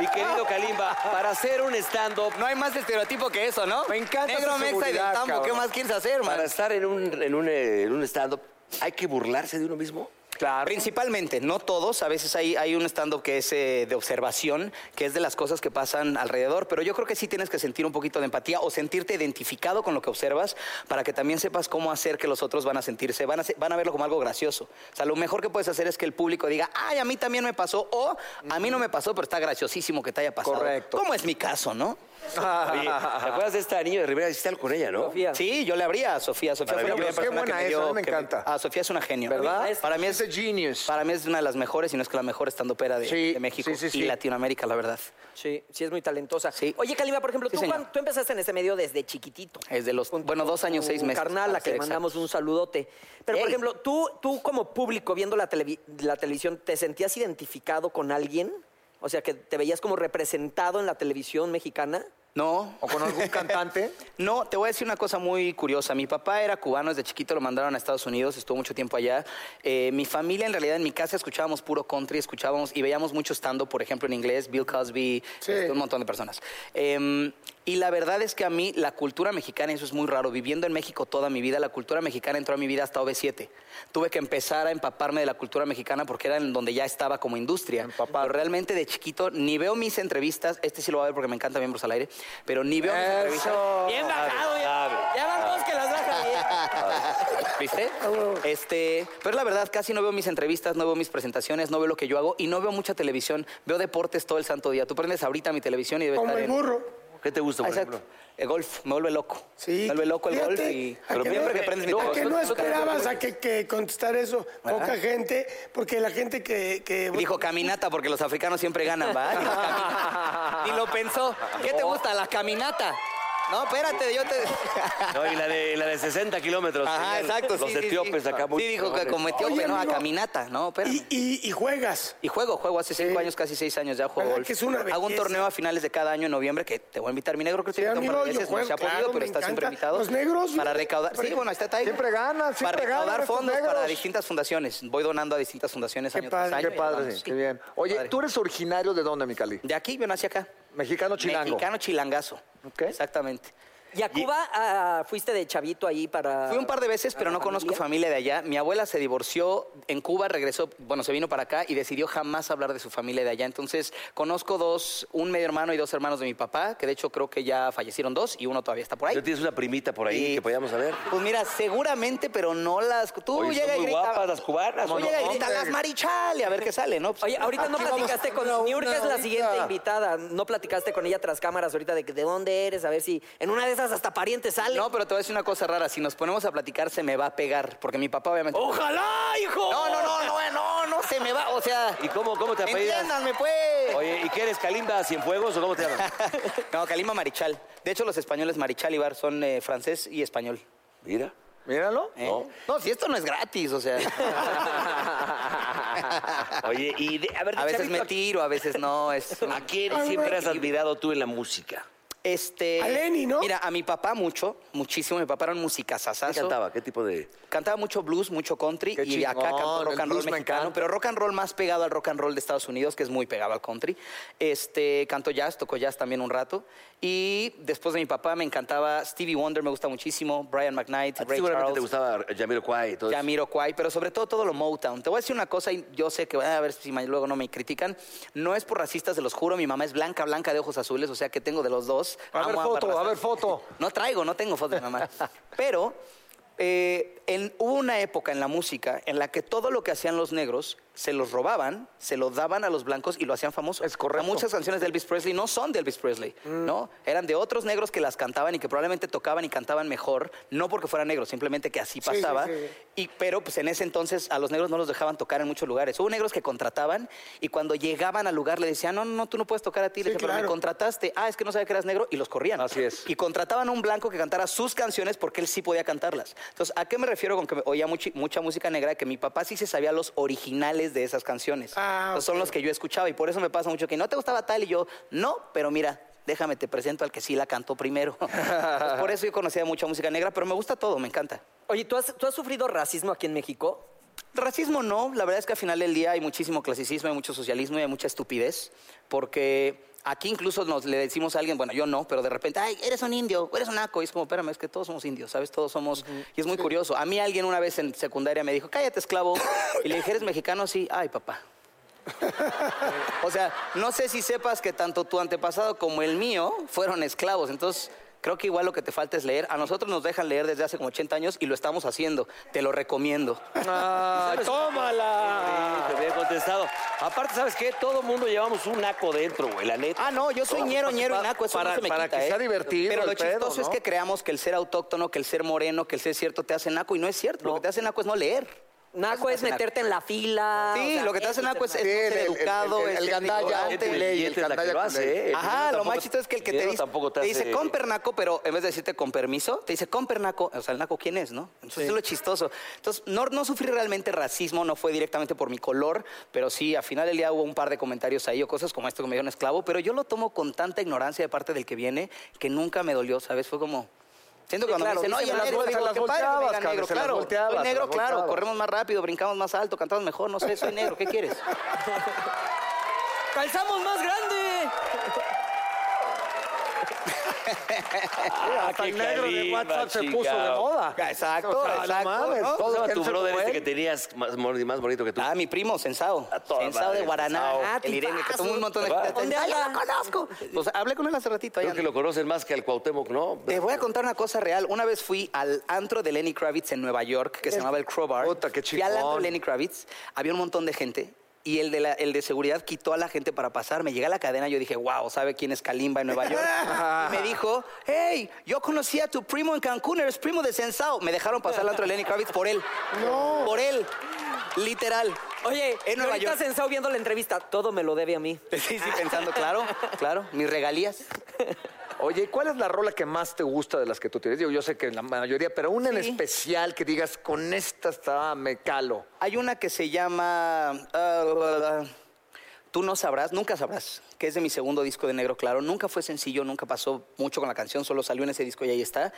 [SPEAKER 1] Mi querido Kalimba, para hacer un stand-up,
[SPEAKER 4] No hay más estereotipo que eso, ¿no?
[SPEAKER 3] Me encanta
[SPEAKER 4] Negro,
[SPEAKER 3] tu
[SPEAKER 4] mexa y del
[SPEAKER 3] seguridad,
[SPEAKER 4] tambo, ¿qué
[SPEAKER 3] cabrón.
[SPEAKER 4] más quieres hacer, man?
[SPEAKER 1] para estar en un, en un, eh, en un stand-up, ¿hay que burlarse de uno mismo?
[SPEAKER 3] Claro.
[SPEAKER 4] Principalmente, no todos. A veces hay, hay un stand-up que es eh, de observación, que es de las cosas que pasan alrededor, pero yo creo que sí tienes que sentir un poquito de empatía o sentirte identificado con lo que observas para que también sepas cómo hacer que los otros van a sentirse, van a, se- van a verlo como algo gracioso. O sea, lo mejor que puedes hacer es que el público diga, ay, a mí también me pasó, o a mí no me pasó, pero está graciosísimo que te haya pasado.
[SPEAKER 3] Correcto.
[SPEAKER 4] ¿Cómo es mi caso, no?
[SPEAKER 1] Oye, ¿te acuerdas de esta niña de Rivera? Hiciste algo con ella, ¿no?
[SPEAKER 5] Sofía.
[SPEAKER 4] Sí, yo le abría a Sofía. Sofía fue la primera
[SPEAKER 3] Qué
[SPEAKER 4] persona que
[SPEAKER 3] buena
[SPEAKER 4] me
[SPEAKER 3] es,
[SPEAKER 4] dio-
[SPEAKER 3] a mí me
[SPEAKER 4] que
[SPEAKER 3] encanta.
[SPEAKER 4] Ah, Sofía es una genio.
[SPEAKER 3] ¿Verdad?
[SPEAKER 4] Para mí
[SPEAKER 3] She's
[SPEAKER 4] es
[SPEAKER 3] a genius.
[SPEAKER 4] Para mí es una de las mejores, si no es que la mejor estandopera de,
[SPEAKER 3] Sí,
[SPEAKER 4] de México
[SPEAKER 3] sí, sí, sí.
[SPEAKER 4] y Latinoamérica, la verdad.
[SPEAKER 5] Sí, sí es muy talentosa.
[SPEAKER 4] Sí.
[SPEAKER 5] Oye, Kalimba, por ejemplo,
[SPEAKER 4] Sí,
[SPEAKER 5] tú,
[SPEAKER 4] señor.
[SPEAKER 5] cuan- tú empezaste en este medio desde chiquitito.
[SPEAKER 4] Es de los,
[SPEAKER 5] Con tu-
[SPEAKER 4] bueno, dos años,
[SPEAKER 5] tu
[SPEAKER 4] seis meses.
[SPEAKER 5] Carnal, a
[SPEAKER 4] para
[SPEAKER 5] que
[SPEAKER 4] ser
[SPEAKER 5] le
[SPEAKER 4] exacto.
[SPEAKER 5] mandamos un saludote. Pero, por
[SPEAKER 4] Ey.
[SPEAKER 5] ejemplo, tú, tú como público viendo la, televi- la televisión, ¿te sentías identificado con alguien? O sea, que te veías como representado en la televisión mexicana.
[SPEAKER 4] No.
[SPEAKER 3] O con algún cantante.
[SPEAKER 4] No, te voy a decir una cosa muy curiosa. Mi papá era cubano, desde chiquito lo mandaron a Estados Unidos, estuvo mucho tiempo allá. Eh, mi familia, en realidad, en mi casa escuchábamos puro country, escuchábamos y veíamos mucho estando, por ejemplo, en inglés, Bill Cosby, este, un montón de personas. Eh, y la verdad es que a mí la cultura mexicana, eso es muy raro, viviendo en México toda mi vida, la cultura mexicana entró a mi vida hasta OV7. Tuve que empezar a empaparme de la cultura mexicana porque era en donde ya estaba como industria. Pero realmente de chiquito ni veo mis entrevistas, este sí lo va a ver porque me encanta Miembros al Aire, pero ni veo mis entrevistas.
[SPEAKER 5] Bien bajado, ya. Ya van dos que las bajan bien.
[SPEAKER 4] ¿Viste? Este, pero la verdad, casi no veo mis entrevistas, no veo mis presentaciones, no veo lo que yo hago y no veo mucha televisión. Veo deportes todo el santo día. Tú prendes ahorita mi televisión y debe
[SPEAKER 2] Como
[SPEAKER 4] estar
[SPEAKER 2] el
[SPEAKER 4] en-
[SPEAKER 2] burro.
[SPEAKER 1] ¿Qué te gusta,
[SPEAKER 4] Ah,
[SPEAKER 1] por
[SPEAKER 4] Exacto.
[SPEAKER 1] ejemplo?
[SPEAKER 4] El golf, me vuelve loco.
[SPEAKER 2] Sí.
[SPEAKER 4] Me vuelve loco el
[SPEAKER 2] Fíjate,
[SPEAKER 4] golf y...
[SPEAKER 2] ¿a
[SPEAKER 4] Pero
[SPEAKER 2] que
[SPEAKER 4] siempre
[SPEAKER 2] no-
[SPEAKER 4] que prendes mi
[SPEAKER 2] ¿A que
[SPEAKER 4] televisión...
[SPEAKER 2] no esperabas a que, que contestar eso? Poca gente, porque la gente que... que
[SPEAKER 4] Dijo caminata porque los africanos siempre ganan, ¿va? Y lo pensó. ¿Qué
[SPEAKER 2] Oh.
[SPEAKER 4] te gusta? La caminata. No, espérate, yo te...
[SPEAKER 1] No, y la de, la de 60 kilómetros.
[SPEAKER 4] Ajá,
[SPEAKER 1] Señal,
[SPEAKER 4] exacto.
[SPEAKER 1] Los
[SPEAKER 4] sí, sí, sí.
[SPEAKER 1] etíopes acá muy...
[SPEAKER 4] Sí, dijo que como etíope,
[SPEAKER 2] Oye,
[SPEAKER 4] no, a
[SPEAKER 2] amigo.
[SPEAKER 4] caminata. No, espérame.
[SPEAKER 2] y, y, y juegas.
[SPEAKER 4] Y juego, juego hace cinco años, casi seis años ya juego.
[SPEAKER 2] ¿Verdad
[SPEAKER 4] golf.
[SPEAKER 2] que es una
[SPEAKER 4] Hago un
[SPEAKER 2] belleza?
[SPEAKER 4] torneo a finales de cada año en noviembre que te voy a invitar, mi negro, creo
[SPEAKER 2] Sí,
[SPEAKER 4] que te he
[SPEAKER 2] amigo,
[SPEAKER 4] invitado un par de
[SPEAKER 2] yo
[SPEAKER 4] veces, no
[SPEAKER 2] juego,
[SPEAKER 4] se ha podido,
[SPEAKER 2] claro,
[SPEAKER 4] pero
[SPEAKER 2] me
[SPEAKER 4] estás siempre
[SPEAKER 2] encanta.
[SPEAKER 4] invitado.
[SPEAKER 2] Los negros,
[SPEAKER 4] Para
[SPEAKER 2] siempre-
[SPEAKER 4] recaudar, sí, bueno, ahí está Tiger.
[SPEAKER 3] Siempre ganan, siempre
[SPEAKER 4] Para
[SPEAKER 3] ganan
[SPEAKER 4] recaudar
[SPEAKER 3] estos
[SPEAKER 4] fondos para
[SPEAKER 3] negros.
[SPEAKER 4] distintas fundaciones. Voy donando a distintas fundaciones
[SPEAKER 2] Qué
[SPEAKER 4] año
[SPEAKER 2] padre,
[SPEAKER 4] tras
[SPEAKER 3] Qué
[SPEAKER 4] año.
[SPEAKER 3] padre,
[SPEAKER 4] Vamos.
[SPEAKER 3] qué bien. Oye,
[SPEAKER 4] Padre.
[SPEAKER 3] ¿tú eres originario de dónde, Micali?
[SPEAKER 4] De aquí, yo nací acá.
[SPEAKER 3] Mexicano chilango.
[SPEAKER 4] Mexicano chilangazo.
[SPEAKER 3] Ok.
[SPEAKER 4] Exactamente.
[SPEAKER 5] ¿Y a Cuba ah, fuiste de chavito ahí para...?
[SPEAKER 4] Fui un par de veces, pero no conozco familia de allá. Mi abuela se divorció en Cuba, regresó, bueno, se vino para acá y decidió jamás hablar de su familia de allá. Entonces, conozco dos, un medio hermano y dos hermanos de mi papá, que de hecho creo que ya fallecieron dos y uno todavía está por
[SPEAKER 1] ¿No
[SPEAKER 4] ahí.
[SPEAKER 1] tienes una primita por ahí
[SPEAKER 4] Sí.
[SPEAKER 1] que podíamos saber?
[SPEAKER 4] Pues mira, seguramente, pero no las... Tú
[SPEAKER 1] Oye, son
[SPEAKER 4] llega y
[SPEAKER 1] muy
[SPEAKER 4] grita...
[SPEAKER 1] guapas las cubanas,
[SPEAKER 4] Tú
[SPEAKER 1] ¿o no?
[SPEAKER 4] llega y grita,
[SPEAKER 3] Hombre.
[SPEAKER 4] las marichal, y a ver qué sale, ¿no? Pues,
[SPEAKER 5] Oye, ahorita no
[SPEAKER 3] Aquí vamos
[SPEAKER 5] platicaste con...
[SPEAKER 3] una,
[SPEAKER 5] Niurka
[SPEAKER 3] una
[SPEAKER 5] es la
[SPEAKER 3] ahorita.
[SPEAKER 5] siguiente invitada. No platicaste con ella tras cámaras ahorita de que de dónde eres, a ver si... En una de esas hasta pariente sale.
[SPEAKER 4] No, pero te voy a decir una cosa rara.
[SPEAKER 1] Oh.
[SPEAKER 4] Si nos ponemos a platicar, se me va a pegar, porque mi papá obviamente...
[SPEAKER 5] ¡Ojalá, hijo!
[SPEAKER 4] No, no, no, no, no, no
[SPEAKER 7] se me va, o sea.
[SPEAKER 1] ¿Y cómo, cómo te apellidas?
[SPEAKER 7] Entiéndanme, pues.
[SPEAKER 1] Oye, ¿y qué eres, Kalimba Cienfuegos o cómo te llamas?
[SPEAKER 7] No, Calima Marichal. De hecho, los españoles Marichal y Bar son eh, francés y español.
[SPEAKER 1] Mira.
[SPEAKER 3] Míralo.
[SPEAKER 7] ¿eh? No, si esto no es gratis, o sea.
[SPEAKER 1] Oye, y de- a ver,
[SPEAKER 7] A veces
[SPEAKER 1] Chavito,
[SPEAKER 7] me tiro, a veces no. Es un-
[SPEAKER 1] ¿a quién siempre has admirado tú en la música?
[SPEAKER 7] Este.
[SPEAKER 2] A Lenny, ¿no?
[SPEAKER 7] Mira, a mi papá mucho, muchísimo. Mi papá era un
[SPEAKER 1] ¿Qué
[SPEAKER 7] musicazazazo.
[SPEAKER 1] cantaba? Ah, ¿Qué tipo de...?
[SPEAKER 7] Cantaba mucho blues, mucho country
[SPEAKER 3] Qué
[SPEAKER 7] y acá
[SPEAKER 3] chingón,
[SPEAKER 7] cantó
[SPEAKER 3] el
[SPEAKER 7] rock and roll
[SPEAKER 3] blues me
[SPEAKER 7] mexicano,
[SPEAKER 3] encanta.
[SPEAKER 7] pero rock and roll más pegado al rock and roll de Estados Unidos, que es muy pegado al country. Este, cantó jazz, tocó jazz también un rato y después de mi papá me encantaba Stevie Wonder, me gusta muchísimo, Brian McKnight,
[SPEAKER 1] A ti
[SPEAKER 7] Ray
[SPEAKER 1] seguramente te
[SPEAKER 7] Charles.
[SPEAKER 1] gustaba Jamiroquai y todo eso.
[SPEAKER 7] Yamiro Kwai, pero sobre todo todo lo Motown. Te voy a decir una cosa y yo sé que van a ver si ma- luego no me critican. No es por racistas, se los juro. Mi mamá es blanca, blanca de ojos azules, o sea que tengo de los dos.
[SPEAKER 3] A ver
[SPEAKER 7] Amo ambas
[SPEAKER 3] foto, a
[SPEAKER 7] razas.
[SPEAKER 3] ver foto.
[SPEAKER 7] No traigo, no tengo foto de mi mamá. Pero eh, en- hubo una época en la música en la que todo lo que hacían los negros se los robaban, se lo daban a los blancos y lo hacían famoso.
[SPEAKER 3] Es correcto. Mm.
[SPEAKER 7] O sea, muchas canciones de Elvis Presley no son de Elvis Presley, ¿no? Eran de otros negros que las cantaban y que probablemente tocaban y cantaban mejor, no porque fueran negros, simplemente que
[SPEAKER 2] Sí,
[SPEAKER 7] así
[SPEAKER 2] sí,
[SPEAKER 7] pasaba.
[SPEAKER 2] sí.
[SPEAKER 7] Y, pero pues en ese entonces a los negros no los dejaban tocar en muchos lugares. Hubo negros que contrataban y cuando llegaban al lugar le decían, no, no, no, tú no puedes tocar a ti. Le
[SPEAKER 2] Sí,
[SPEAKER 7] decía, "Pero me
[SPEAKER 2] claro.
[SPEAKER 7] contrataste. Ah, es que no sabía que eras negro y los corrían.
[SPEAKER 3] Así es.
[SPEAKER 7] Y contrataban a un blanco que cantara sus canciones porque él sí podía cantarlas. Entonces, ¿a qué me refiero con que me- oía muchi- mucha música negra? Que mi papá sí se sabía los originales de esas canciones.
[SPEAKER 2] Ah,
[SPEAKER 7] Entonces, Son los que yo escuchaba y por eso me pasa mucho que no te gustaba tal y yo, no, pero mira. Déjame, te presento al que sí la cantó primero. Entonces, por eso yo conocía mucha música negra, pero me gusta todo, me encanta.
[SPEAKER 4] Oye, ¿tú has, ¿tú has sufrido racismo aquí en México?
[SPEAKER 7] Racismo no, la verdad es que al final del día hay muchísimo clasicismo, hay mucho socialismo y hay mucha estupidez, porque aquí incluso nos le decimos a alguien, bueno, yo no, pero de repente, ay, eres un indio, eres un naco, y es como, espérame, es que todos somos indios, ¿sabes? Todos somos, y es muy curioso. A mí alguien una vez en secundaria me dijo, cállate, esclavo, y le dije, ¿eres mexicano? Sí, ay, papá. o sea, no sé si sepas que tanto tu antepasado como el mío fueron esclavos, entonces... Creo que igual lo que te falta es leer. A nosotros nos dejan leer desde hace como 80 años y lo estamos haciendo. Te lo recomiendo.
[SPEAKER 1] Sí, Ah, te había contestado. Aparte, ¿sabes qué? Todo mundo llevamos un naco dentro, güey, la neta.
[SPEAKER 7] Ah, no, yo soy ñero, ñero y naco, eso
[SPEAKER 3] para-
[SPEAKER 7] no se me
[SPEAKER 3] para
[SPEAKER 7] quita,
[SPEAKER 3] que
[SPEAKER 7] ¿eh?
[SPEAKER 3] sea divertido
[SPEAKER 7] Pero
[SPEAKER 3] el
[SPEAKER 7] lo
[SPEAKER 3] pedo,
[SPEAKER 7] chistoso es
[SPEAKER 3] ¿no?
[SPEAKER 7] que creamos que el ser autóctono, que el ser moreno, que el ser cierto te hace naco y no es cierto. Lo que te hace naco es no leer.
[SPEAKER 4] Naco es meterte en la
[SPEAKER 3] Ah,
[SPEAKER 4] fila.
[SPEAKER 7] Sí,
[SPEAKER 4] o sea,
[SPEAKER 7] lo que te hace
[SPEAKER 4] eso
[SPEAKER 7] naco es, es no
[SPEAKER 3] Sí,
[SPEAKER 7] ser
[SPEAKER 3] el- el-
[SPEAKER 7] educado,
[SPEAKER 3] el-
[SPEAKER 7] es
[SPEAKER 3] el
[SPEAKER 7] ser
[SPEAKER 3] gandalla,
[SPEAKER 7] ignorante.
[SPEAKER 3] el- ley,
[SPEAKER 1] billete es la que
[SPEAKER 3] canalla
[SPEAKER 1] lo
[SPEAKER 3] con ley.
[SPEAKER 1] hace, ¿eh? El
[SPEAKER 7] Ajá,
[SPEAKER 1] dinero
[SPEAKER 7] lo
[SPEAKER 1] tampoco-
[SPEAKER 7] más chistoso es que el que
[SPEAKER 1] dinero
[SPEAKER 7] te dice,
[SPEAKER 1] tampoco te
[SPEAKER 7] te dice
[SPEAKER 1] hace-
[SPEAKER 7] con pernaco, pero en vez de decirte con permiso, te dice con pernaco. O sea, el naco, ¿quién es, no? Entonces es lo chistoso. Entonces, no, no sufrí realmente racismo, no fue directamente por mi color, pero sí, al final del día hubo un par de comentarios ahí o cosas como esto que me dio un esclavo, pero yo lo tomo con tanta ignorancia de parte del que viene que nunca me dolió, ¿sabes? Fue como... Siento que
[SPEAKER 4] Sí,
[SPEAKER 7] cuando
[SPEAKER 4] claro,
[SPEAKER 7] me dicen,
[SPEAKER 4] se
[SPEAKER 7] oye,
[SPEAKER 4] las
[SPEAKER 7] negro,
[SPEAKER 3] vol- se
[SPEAKER 7] digo,
[SPEAKER 3] las
[SPEAKER 7] qué padre que me
[SPEAKER 3] volteabas,
[SPEAKER 7] digan
[SPEAKER 3] cabrón,
[SPEAKER 7] negro,
[SPEAKER 3] se las
[SPEAKER 7] claro.
[SPEAKER 3] volteabas,
[SPEAKER 7] Soy
[SPEAKER 3] se
[SPEAKER 7] negro,
[SPEAKER 3] las
[SPEAKER 7] claro,
[SPEAKER 3] volteabas.
[SPEAKER 7] corremos más rápido, brincamos más alto, cantamos mejor, no sé, soy negro, ¿qué quieres?
[SPEAKER 4] es- ¡Calzamos más grande!
[SPEAKER 3] Hasta
[SPEAKER 1] Ah, qué
[SPEAKER 3] el negro de
[SPEAKER 1] carisma,
[SPEAKER 3] WhatsApp se puso de
[SPEAKER 1] chingado.
[SPEAKER 3] moda.
[SPEAKER 7] Exacto,
[SPEAKER 3] O sea, no
[SPEAKER 7] exacto,
[SPEAKER 3] mames,
[SPEAKER 7] ¿no?
[SPEAKER 1] ¿Cómo se llama
[SPEAKER 3] que
[SPEAKER 1] tu
[SPEAKER 3] él se
[SPEAKER 1] brother
[SPEAKER 3] fue.
[SPEAKER 1] este que tenías más, mon- más bonito que tú?
[SPEAKER 7] Ah, mi primo, Sensao.
[SPEAKER 1] A toda
[SPEAKER 7] Sensao
[SPEAKER 1] madre,
[SPEAKER 7] de Guaraná. Ah,
[SPEAKER 1] Sensao.
[SPEAKER 7] El Irene, que tomó un montón de
[SPEAKER 1] ¿Verdad?
[SPEAKER 7] gente.
[SPEAKER 4] ¿Dónde
[SPEAKER 7] ¡Ay,
[SPEAKER 4] anda?
[SPEAKER 7] lo conozco! O sea, hablé con él hace ratito. ahí
[SPEAKER 1] Creo que
[SPEAKER 7] anda.
[SPEAKER 1] lo conocen más que al Cuauhtémoc, ¿no?
[SPEAKER 7] Te voy a contar una cosa real. Una vez fui al antro de Lenny Kravitz en Nueva York, que se llamaba el Crowbar.
[SPEAKER 3] Puta, qué
[SPEAKER 7] Fui al antro de
[SPEAKER 3] chingón.
[SPEAKER 7] Lenny Kravitz, había un montón de gente. Y el de, la- el de seguridad quitó a la gente para pasar. Me llegué a la cadena, yo dije, wow, ¿sabe quién es Kalimba en Nueva York? y me dijo, hey, yo conocí a tu primo en Cancún, eres primo de Sensao. Me dejaron pasar al antro de Lenny Kravitz por él. No. Por él. Literal.
[SPEAKER 4] Oye,
[SPEAKER 7] En
[SPEAKER 4] en
[SPEAKER 7] Nueva
[SPEAKER 4] ahorita
[SPEAKER 7] York.
[SPEAKER 4] sensado viendo la entrevista. Todo me lo debe a mí.
[SPEAKER 7] Sí, sí, pensando, claro, claro, mis regalías.
[SPEAKER 3] Oye, ¿y ¿cuál es la rola que más te gusta de las que tú tienes? Digo, yo sé que la mayoría, pero una en
[SPEAKER 7] Sí.
[SPEAKER 3] especial que digas, con esta está, me calo.
[SPEAKER 7] Hay una que se llama... ah, la, la, la, Tú no sabrás, nunca sabrás, que es de mi segundo disco de Negro Claro. Nunca fue sencillo, nunca pasó mucho con la canción, solo salió en ese disco y ahí está.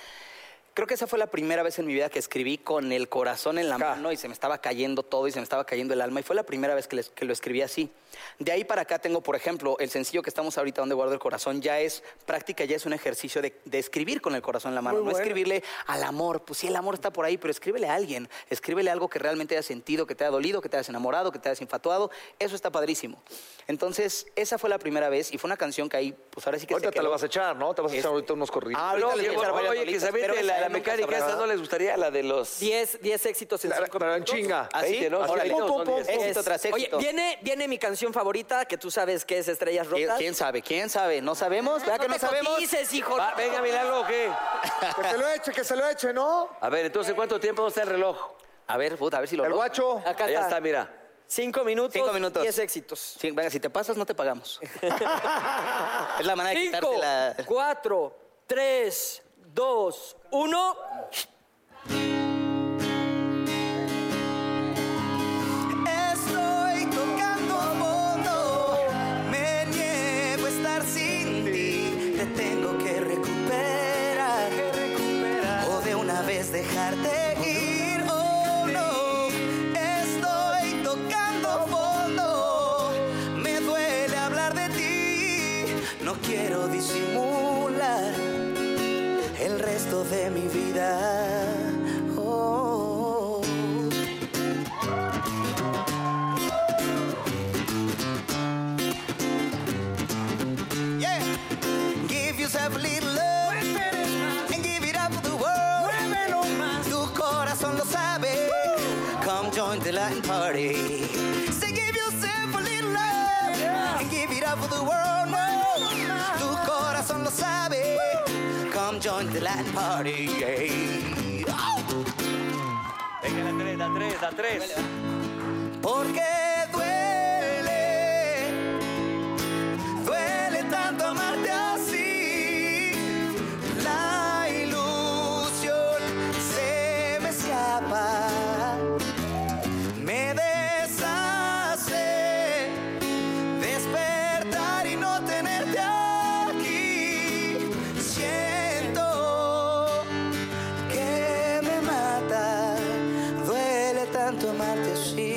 [SPEAKER 7] Creo que esa fue la primera vez en mi vida que escribí con el corazón en la mano y se me estaba cayendo todo y se me estaba cayendo el alma y fue la primera vez que, les- que lo escribí así. De ahí para acá tengo, por ejemplo, el sencillo que estamos ahorita donde guardo el corazón, ya es práctica, ya es un ejercicio de, de escribir con el corazón en la mano, no escribirle al amor, pues sí, el amor está por ahí, pero escríbele a alguien, escríbele algo que realmente haya sentido, que te haya dolido, que te hayas enamorado, que te hayas infatuado, eso está padrísimo. Entonces, esa fue la primera vez y fue una canción que ahí, pues ahora sí que... se
[SPEAKER 3] Ahorita te la
[SPEAKER 7] quedó.
[SPEAKER 3] vas a echar, ¿no? Te vas a
[SPEAKER 7] Es-
[SPEAKER 8] Este.
[SPEAKER 3] echar ahorita unos corridos.
[SPEAKER 7] Ah, ahorita
[SPEAKER 1] No,
[SPEAKER 7] les
[SPEAKER 1] que-
[SPEAKER 7] voy a echar
[SPEAKER 1] oye,
[SPEAKER 7] varias
[SPEAKER 1] que
[SPEAKER 7] bolitas,
[SPEAKER 1] se
[SPEAKER 7] pero
[SPEAKER 1] aviente
[SPEAKER 7] esa
[SPEAKER 1] la, la
[SPEAKER 7] nunca
[SPEAKER 1] mecánica,
[SPEAKER 7] sabrá.
[SPEAKER 1] esta no les gustaría la de los...
[SPEAKER 4] 10, 10 éxitos en
[SPEAKER 3] Pero-
[SPEAKER 4] 5
[SPEAKER 3] pero en chinga.
[SPEAKER 7] ¿Así?
[SPEAKER 1] 20, ¿no?
[SPEAKER 7] Así,
[SPEAKER 1] Órale,
[SPEAKER 7] pum,
[SPEAKER 1] no,
[SPEAKER 7] pum,
[SPEAKER 1] son
[SPEAKER 7] pum,
[SPEAKER 1] 10.
[SPEAKER 7] éxito tras
[SPEAKER 4] Oye,
[SPEAKER 7] éxito.
[SPEAKER 4] viene, viene mi canción favorita, que tú sabes que es Estrellas
[SPEAKER 7] ¿Qui-
[SPEAKER 4] Rotas.
[SPEAKER 7] ¿Quién sabe? ¿Quién sabe? ¿No sabemos? ¿Verdad que no
[SPEAKER 4] te
[SPEAKER 7] sabemos?
[SPEAKER 4] cotices, hijo.
[SPEAKER 1] Va, Ah, venga, Milagro, ¿o qué?
[SPEAKER 3] Que se lo eche, que se lo eche, ¿no?
[SPEAKER 1] A ver, entonces, ¿cuánto tiempo está el reloj?
[SPEAKER 7] A ver, puta, a ver si lo
[SPEAKER 3] El
[SPEAKER 7] logro.
[SPEAKER 3] guacho.
[SPEAKER 4] Acá
[SPEAKER 1] Allá
[SPEAKER 4] está.
[SPEAKER 1] está, mira.
[SPEAKER 4] Cinco minutos.
[SPEAKER 9] Cinco minutos.
[SPEAKER 4] Diez éxitos.
[SPEAKER 9] Sí, venga, si te pasas, no te pagamos. es la manera de
[SPEAKER 4] Cinco,
[SPEAKER 9] quitarte la...
[SPEAKER 4] cuatro, tres, dos, uno.
[SPEAKER 7] Estoy tocando fondo, me niego a estar sin ti. Te tengo que recuperar, o de una vez dejarte ir. Oh no, estoy tocando fondo, me duele hablar de ti. No quiero disimular el resto de mi vida. Oh. Yeah. Give yourself a little love and give it up to the world. Tu corazón lo sabe. Come join the Latin party. Say, give yourself a little love and give it up to the world. No. Tu corazón lo sabe. Come join the Latin party. Yeah.
[SPEAKER 1] Venga, la tres, la tres, la tres.
[SPEAKER 7] Porque duele, duele tanto amarte así. La ilusión se me escapa, me deshace despertar y no tenerte aquí. Siento que me mata, duele tanto amarte así.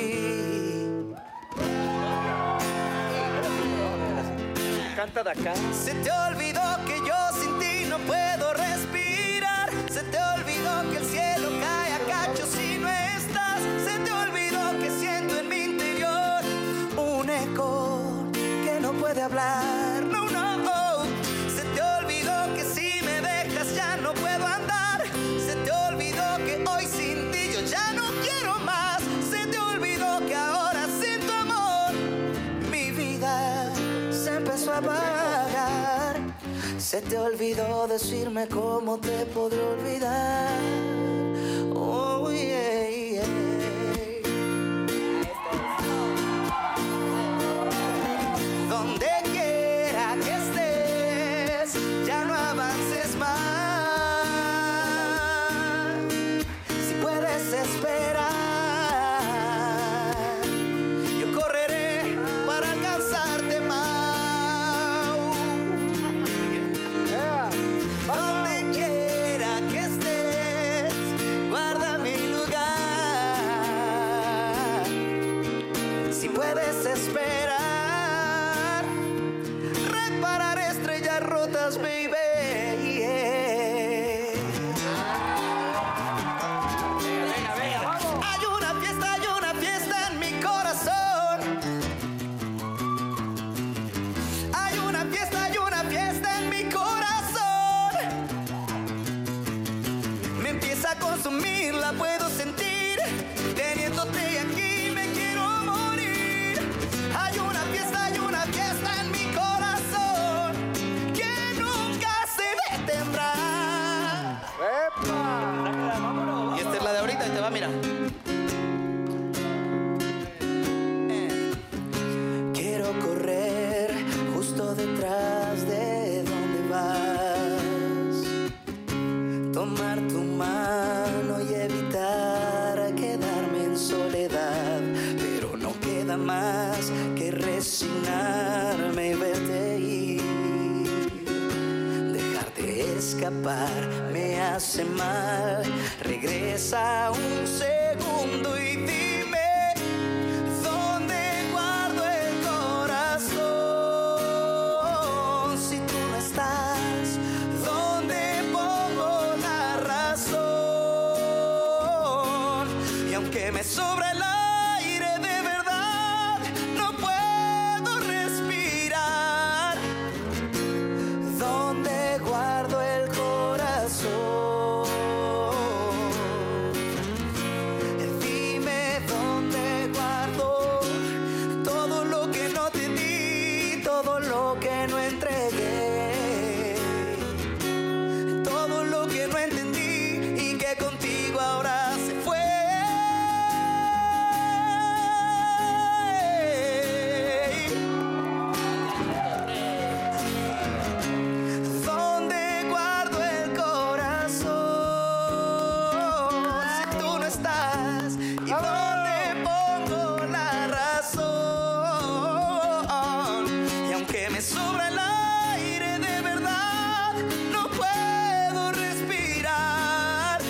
[SPEAKER 4] Canta de acá.
[SPEAKER 7] Se te olvidó que yo sin ti no puedo respirar. Se te olvidó que el cielo cae a cacho si no estás. Se te olvidó que siento en mi interior un eco que no puede hablar. No, no. Se te olvidó que si me dejas ya no puedo andar. Se te olvidó que hoy sin ti yo ya no quiero más. Se te olvidó que ahora sin tu amor mi vida se empezó a apagar. Se te olvidó decirme cómo te podré olvidar. Oh, yeah, yeah. Donde quiera que estés, ya no avances más. Si puedes esperar. Yo correré para alcanzarte más. Donde quiera que estés, guarda mi lugar. Si puedes esperar, reparar estrellas rotas, baby. Hay una fiesta, hay una fiesta en mi corazón. Hay una fiesta, hay una fiesta en mi corazón. Me empieza a consumir, la puedo sentir. Teniéndote aquí me quiero morir. Hay una fiesta, hay una fiesta en mi corazón que nunca se detendrá.
[SPEAKER 9] Y esta es la de ahorita, y te va, mira.
[SPEAKER 7] Quiero correr justo detrás de donde vas. Tomar tu mano y evitar quedarme en soledad. Pero no queda más que resignarme y verte ir. Dejarte escapar me hace mal. Regresa un segundo y dime dónde guardo el corazón. Si tú no estás, ¿dónde pongo la razón? Y aunque me sobra el aire de verdad, no puedo respirar. ¿Dónde guardo el corazón? Dime dónde guardo todo lo que no te di, todo lo que no entregué, todo lo que no entendí y que contigo ahora se fue. ¿Dónde pongo la razón? Y aunque me sobra el aire de verdad, no puedo respirar.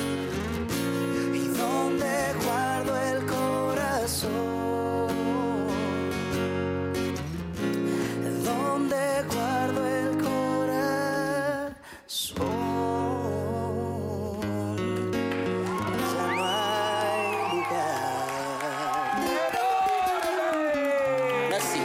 [SPEAKER 7] ¿Y dónde guardo el corazón? ¿Dónde guardo el corazón? Ya no hay lugar.
[SPEAKER 4] Merci.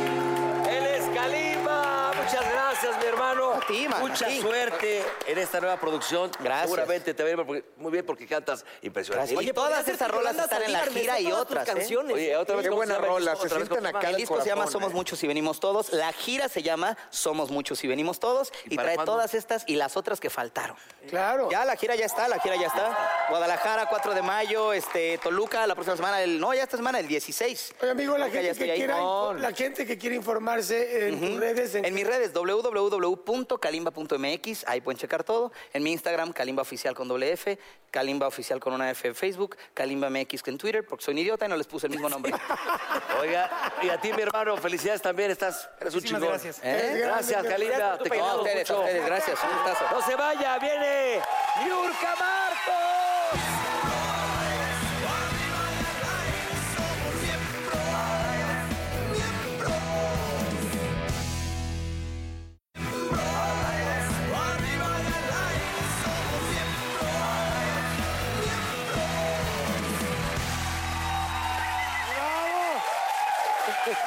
[SPEAKER 1] Él es Kalimba. Muchas gracias, mi hermano.
[SPEAKER 9] A ti, man,
[SPEAKER 1] Mucha
[SPEAKER 9] a ti.
[SPEAKER 1] suerte en esta nueva producción.
[SPEAKER 9] Gracias.
[SPEAKER 1] Seguramente te va a ir porque- muy bien porque cantas impresionante.
[SPEAKER 9] Gracias.
[SPEAKER 1] Oye,
[SPEAKER 9] Oye, todas
[SPEAKER 4] podría
[SPEAKER 9] esas
[SPEAKER 4] ser que
[SPEAKER 9] rolas
[SPEAKER 4] Yolanda
[SPEAKER 9] están en la
[SPEAKER 4] Saldívar me
[SPEAKER 9] gira
[SPEAKER 4] sepa
[SPEAKER 9] y
[SPEAKER 4] todas tus
[SPEAKER 9] otras, ¿eh?
[SPEAKER 4] canciones.
[SPEAKER 1] Oye, otra vez
[SPEAKER 3] Qué
[SPEAKER 1] ¿cómo se
[SPEAKER 3] buena
[SPEAKER 1] llama?
[SPEAKER 3] rola. Se
[SPEAKER 1] Otra vez,
[SPEAKER 3] sienten
[SPEAKER 1] ¿cómo
[SPEAKER 3] acá
[SPEAKER 9] El
[SPEAKER 3] del
[SPEAKER 9] disco se llama
[SPEAKER 3] corazón,
[SPEAKER 9] Somos
[SPEAKER 3] eh.
[SPEAKER 9] Muchos y Venimos Todos. La gira se llama Somos Muchos y Venimos Todos.
[SPEAKER 1] ¿Y
[SPEAKER 9] Y,
[SPEAKER 1] para
[SPEAKER 9] trae
[SPEAKER 1] cuándo?
[SPEAKER 9] todas estas y las otras que faltaron.
[SPEAKER 2] Claro.
[SPEAKER 9] Ya, la gira ya está, la gira ya está. Guadalajara, 4 de mayo, este, Toluca, la próxima semana, el, no, ya esta semana, el 16.
[SPEAKER 2] Oye, amigo, la
[SPEAKER 9] Toluca, ya
[SPEAKER 2] gente,
[SPEAKER 9] estoy
[SPEAKER 2] que
[SPEAKER 9] ahí.
[SPEAKER 2] quiera,
[SPEAKER 9] No,
[SPEAKER 2] la gente que quiere informarse en tus redes, en,
[SPEAKER 9] En mis redes, www.kalimba.mx, ahí pueden checar todo. En mi Instagram, Kalimba Oficial con doble F, Kalimba Oficial con una F en Facebook, Kalimba MX en Twitter, porque soy un idiota y no les puse el mismo nombre.
[SPEAKER 1] Oiga, y a ti, mi hermano, felicidades también. Estás, eres un chingón.
[SPEAKER 10] gracias.
[SPEAKER 1] ¿Eh? Gracias,
[SPEAKER 9] No, a
[SPEAKER 1] Kalimba. Te queremos
[SPEAKER 9] ustedes, a
[SPEAKER 1] mucho.
[SPEAKER 9] ustedes, gracias, un gustazo.
[SPEAKER 1] No se vaya, viene Yurka Marcos.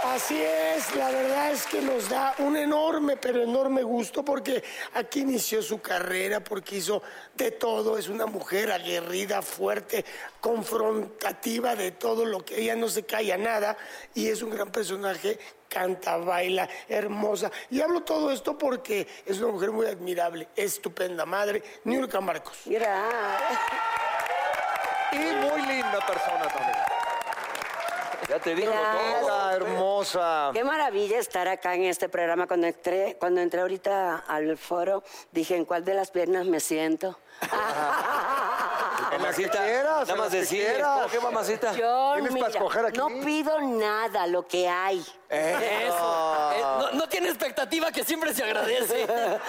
[SPEAKER 2] Así es, la verdad es que nos da un enorme, pero enorme gusto porque aquí inició su carrera, porque hizo de todo, es una mujer aguerrida, fuerte, confrontativa de todo lo que ella no se calla nada y es un gran personaje, canta, baila, hermosa. Y hablo todo esto porque es una mujer muy admirable, estupenda madre, Niurka Marcos.
[SPEAKER 3] Y muy linda persona también.
[SPEAKER 1] Ya te digo,
[SPEAKER 8] Gracias.
[SPEAKER 1] doctor.
[SPEAKER 3] Hola, hermosa.
[SPEAKER 8] Qué maravilla estar acá en este programa. Cuando entré, cuando entré ahorita al foro, dije, ¿en cuál de las piernas me siento?
[SPEAKER 3] En la que
[SPEAKER 1] Mamacita,
[SPEAKER 3] quieras,
[SPEAKER 1] nada
[SPEAKER 3] en
[SPEAKER 1] más
[SPEAKER 3] la que
[SPEAKER 1] decir,
[SPEAKER 3] quieras.
[SPEAKER 1] ¿qué mamacita?
[SPEAKER 8] Yo,
[SPEAKER 3] ¿Tienes para
[SPEAKER 8] mira,
[SPEAKER 3] escoger aquí?
[SPEAKER 8] no pido nada, lo que hay.
[SPEAKER 4] Eso. Eh, no, no tiene expectativa que siempre se agradece.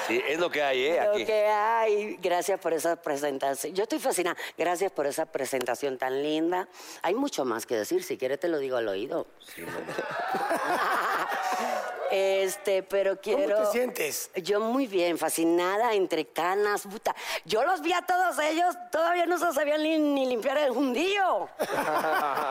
[SPEAKER 1] Sí, es lo que hay, ¿eh?
[SPEAKER 8] Lo
[SPEAKER 1] Aquí.
[SPEAKER 8] que hay. Gracias por esa presentación. Yo estoy fascinada. Gracias por esa presentación tan linda. Hay mucho más que decir. Si quieres, te lo digo al oído. este, pero quiero.
[SPEAKER 2] ¿Cómo te sientes?
[SPEAKER 8] Yo muy bien, fascinada, entre canas, puta. Yo los vi a todos ellos, todavía no se sabían ni, ni limpiar el hundillo.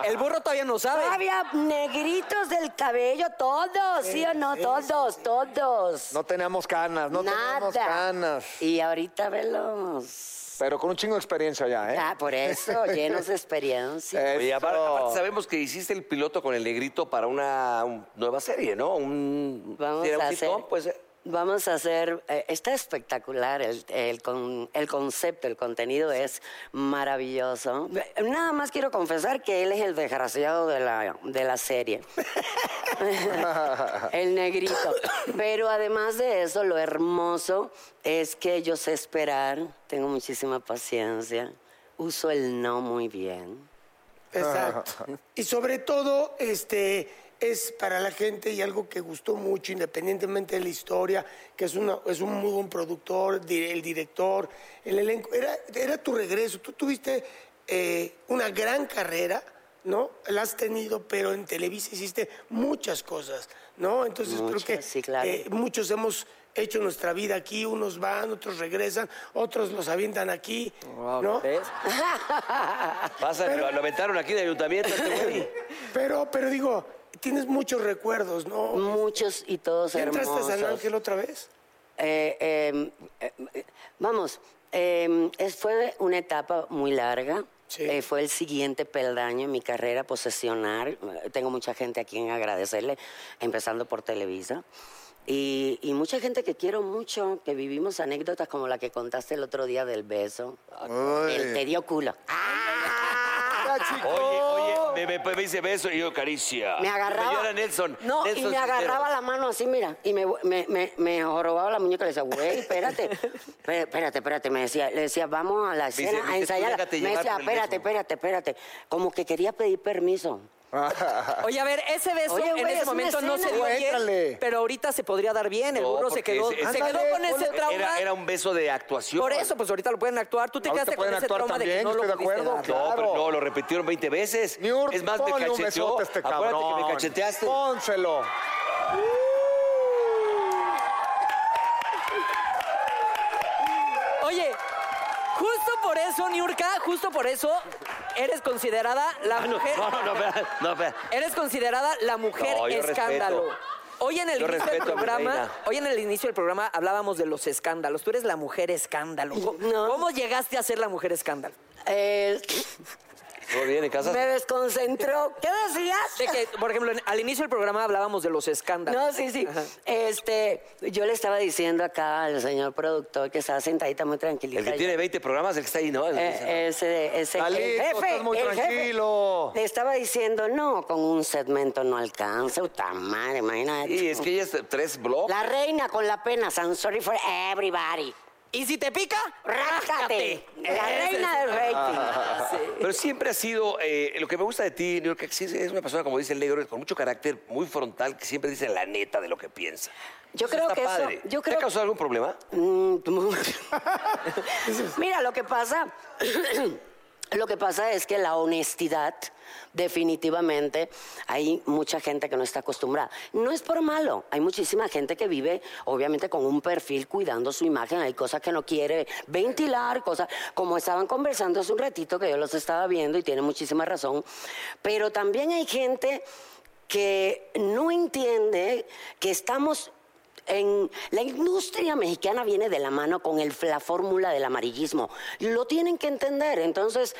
[SPEAKER 4] El burro todavía no sabe.
[SPEAKER 8] Todavía negritos del cabello, todos, ¿sí o no? Todos, todos.
[SPEAKER 3] No teníamos canas, no teníamos canas.
[SPEAKER 8] Y ahorita velos.
[SPEAKER 3] Pero con un chingo de experiencia ya, ¿eh?
[SPEAKER 8] Ah, por eso, llenos de experiencia.
[SPEAKER 3] Eso.
[SPEAKER 1] Oye, apar- aparte sabemos que hiciste el piloto con el negrito para una un- nueva serie, ¿no? Un,
[SPEAKER 8] Vamos
[SPEAKER 1] ¿era un
[SPEAKER 8] a hacer.
[SPEAKER 1] sitcom, pues, eh?
[SPEAKER 8] Vamos a hacer, eh, está espectacular el, el con- el concepto, el contenido es maravilloso. Nada más quiero confesar que él es el desgraciado de la, de la serie. el negrito. Pero además de eso, lo hermoso es que yo sé esperar, tengo muchísima paciencia, uso el no muy bien.
[SPEAKER 2] Exacto. Y sobre todo, este es para la gente y algo que gustó mucho, independientemente de la historia, que es, una, es un muy buen productor, di- el director, el elenco. Era, era tu regreso. Tú tuviste eh, una gran carrera, ¿no? La has tenido, pero en Televisa hiciste muchas cosas, ¿no? Entonces
[SPEAKER 8] Muchas,
[SPEAKER 2] creo que
[SPEAKER 8] sí, claro.
[SPEAKER 2] eh, muchos hemos hecho nuestra vida aquí, unos van, otros regresan, otros los avientan aquí,
[SPEAKER 3] Ah,
[SPEAKER 2] ¿no?
[SPEAKER 1] Pasa, lo, lo aventaron aquí de ayuntamiento. este güey.
[SPEAKER 2] Pero, pero digo, tienes muchos recuerdos, ¿no?
[SPEAKER 3] Mm,
[SPEAKER 8] Muchos y todos
[SPEAKER 2] ¿Entraste a
[SPEAKER 8] hermosos.
[SPEAKER 2] San Ángel otra vez?
[SPEAKER 8] Eh, eh, eh, eh, vamos, eh, es- fue una etapa muy larga.
[SPEAKER 2] Sí.
[SPEAKER 8] Eh, fue el siguiente peldaño en mi carrera posesionar. Tengo mucha gente a quien agradecerle, empezando por Televisa. Y, y mucha gente que quiero mucho, que vivimos anécdotas como la que contaste el otro día del beso. El te dio culo. ¡Ah!
[SPEAKER 3] Ya, chico.
[SPEAKER 1] Oye, oye, me, me- me dice beso y yo caricia.
[SPEAKER 8] Me agarraba.
[SPEAKER 1] Señora Nelson.
[SPEAKER 8] No,
[SPEAKER 1] Nelson
[SPEAKER 8] y me
[SPEAKER 1] Cisneros.
[SPEAKER 8] agarraba la mano así, mira. Y me, me, me, me jorobaba la muñeca. Le decía, güey, espérate. pe- Espérate, espérate. Me decía, le decía, vamos a la
[SPEAKER 1] Dice-
[SPEAKER 8] escena
[SPEAKER 1] dice,
[SPEAKER 8] a
[SPEAKER 1] tú
[SPEAKER 8] ensayar.
[SPEAKER 1] déjate
[SPEAKER 8] Me
[SPEAKER 1] llevar
[SPEAKER 8] decía,
[SPEAKER 1] por el
[SPEAKER 8] espérate,
[SPEAKER 1] beso".
[SPEAKER 8] espérate, espérate. Como que quería pedir permiso.
[SPEAKER 4] Oye, a ver, ese beso
[SPEAKER 8] Oye,
[SPEAKER 4] en
[SPEAKER 8] güey,
[SPEAKER 4] ese
[SPEAKER 8] es una
[SPEAKER 4] momento no se
[SPEAKER 8] escena.
[SPEAKER 4] dio
[SPEAKER 3] Güey,
[SPEAKER 4] bien,
[SPEAKER 3] éntrale.
[SPEAKER 4] pero ahorita se podría dar bien. El
[SPEAKER 1] No,
[SPEAKER 4] burro se
[SPEAKER 1] porque
[SPEAKER 4] quedó,
[SPEAKER 1] ese- ese-
[SPEAKER 4] se quedó
[SPEAKER 3] Ándale,
[SPEAKER 4] con ese
[SPEAKER 3] ponle-
[SPEAKER 4] trauma.
[SPEAKER 1] Era, era un beso de actuación.
[SPEAKER 4] Por eso, pues ahorita lo pueden actuar. Tú te
[SPEAKER 3] Ahorita
[SPEAKER 4] quedaste con
[SPEAKER 3] pueden
[SPEAKER 4] ese
[SPEAKER 3] actuar
[SPEAKER 4] trauma de que
[SPEAKER 3] también,
[SPEAKER 4] no lo
[SPEAKER 3] estoy de
[SPEAKER 4] pudiste
[SPEAKER 3] acuerdo,
[SPEAKER 4] dar.
[SPEAKER 3] claro.
[SPEAKER 1] No, pero no, lo repitieron 20 veces.
[SPEAKER 3] Niur,
[SPEAKER 1] es más, me
[SPEAKER 3] ponle un
[SPEAKER 1] cacheteó.
[SPEAKER 3] besote a este
[SPEAKER 1] Acuérdate
[SPEAKER 3] cabrón.
[SPEAKER 1] que me cacheteaste.
[SPEAKER 3] Pónselo.
[SPEAKER 4] Oye, justo por eso, Niurka, justo por eso, eres considerada la
[SPEAKER 1] Ah, No,
[SPEAKER 4] mujer.
[SPEAKER 1] no, no, no, espera, no, espera.
[SPEAKER 4] Eres considerada la mujer
[SPEAKER 1] No, yo
[SPEAKER 4] escándalo.
[SPEAKER 1] respeto.
[SPEAKER 4] Hoy en el
[SPEAKER 1] Yo
[SPEAKER 4] inicio del
[SPEAKER 1] respeto a mi
[SPEAKER 4] programa,
[SPEAKER 1] reina.
[SPEAKER 4] hoy en el inicio del programa hablábamos de los escándalos. Tú eres la mujer escándalo. ¿Cómo,
[SPEAKER 8] No.
[SPEAKER 4] cómo llegaste a ser la mujer escándalo?
[SPEAKER 8] Eh,
[SPEAKER 1] ¿Todo bien en casa?
[SPEAKER 8] me desconcentró. ¿Qué decías?
[SPEAKER 4] De que, por ejemplo, en- al inicio del programa hablábamos de los escándalos.
[SPEAKER 8] No, sí, sí. Este, yo le estaba diciendo acá al señor productor que estaba sentadita muy tranquilita.
[SPEAKER 1] El que tiene 20 programas, el que está ahí, ¿no? El que dice, no.
[SPEAKER 8] Eh, ese, ese el
[SPEAKER 3] Lalito,
[SPEAKER 8] jefe,
[SPEAKER 3] estás muy
[SPEAKER 8] el jefe.
[SPEAKER 3] tranquilo.
[SPEAKER 8] Le estaba diciendo, no, con un segmento no alcanza, puta madre, imagínate.
[SPEAKER 1] Y es que ella es tres blogs.
[SPEAKER 8] La reina con la pena, I'm sorry for everybody.
[SPEAKER 4] Y si te pica,
[SPEAKER 8] ¡Rájate! La
[SPEAKER 4] Ese es-
[SPEAKER 8] reina del rating.
[SPEAKER 1] Pero siempre ha sido, eh, lo que me gusta de ti, New York, que sí es una persona, como dice el negro, con mucho carácter, muy frontal, que siempre dice la neta de lo que piensa.
[SPEAKER 8] Yo
[SPEAKER 1] Eso
[SPEAKER 8] creo
[SPEAKER 1] está
[SPEAKER 8] que eso-
[SPEAKER 1] padre.
[SPEAKER 8] yo
[SPEAKER 1] ¿Te
[SPEAKER 8] creo-
[SPEAKER 1] ha causado algún problema?
[SPEAKER 8] Mm, Mira, lo que pasa, lo que pasa es que la honestidad, definitivamente, hay mucha gente que no está acostumbrada. No es por malo, hay muchísima gente que vive, obviamente, con un perfil cuidando su imagen, hay cosas que no quiere ventilar, cosas como estaban conversando hace un ratito que yo los estaba viendo y tiene muchísima razón, pero también hay gente que no entiende que estamos en la industria mexicana viene de la mano con el- la fórmula del amarillismo. Lo tienen que entender. Entonces,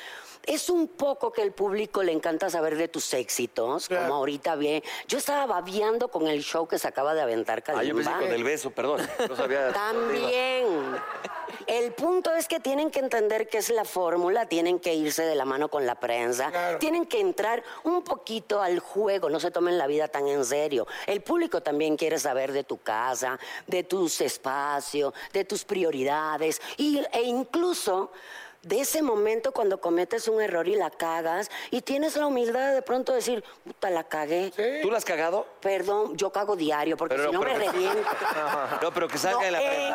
[SPEAKER 8] es un poco que el público le encanta saber de tus éxitos, como ahorita bien. Yo estaba babiando con el show que se acaba de aventar
[SPEAKER 1] Ah, yo pensé
[SPEAKER 8] Kalimba.
[SPEAKER 1] con el beso, perdón. No sabía.
[SPEAKER 8] También. El punto es que tienen que entender qué es la fórmula, tienen que irse de la mano con la prensa, tienen que entrar un poquito al juego, no se tomen la vida tan en serio. El público también quiere saber de tu casa, de tus espacios, de tus prioridades y- e incluso de ese momento cuando cometes un error y la cagas y tienes la humildad de pronto decir, puta, la cagué.
[SPEAKER 1] ¿Tú la has cagado?
[SPEAKER 8] Perdón, yo cago diario porque
[SPEAKER 1] Pero
[SPEAKER 8] si
[SPEAKER 1] no,
[SPEAKER 8] no me
[SPEAKER 1] pero-
[SPEAKER 8] reviento.
[SPEAKER 1] No, pero que salga
[SPEAKER 8] No,
[SPEAKER 1] en la
[SPEAKER 8] eh,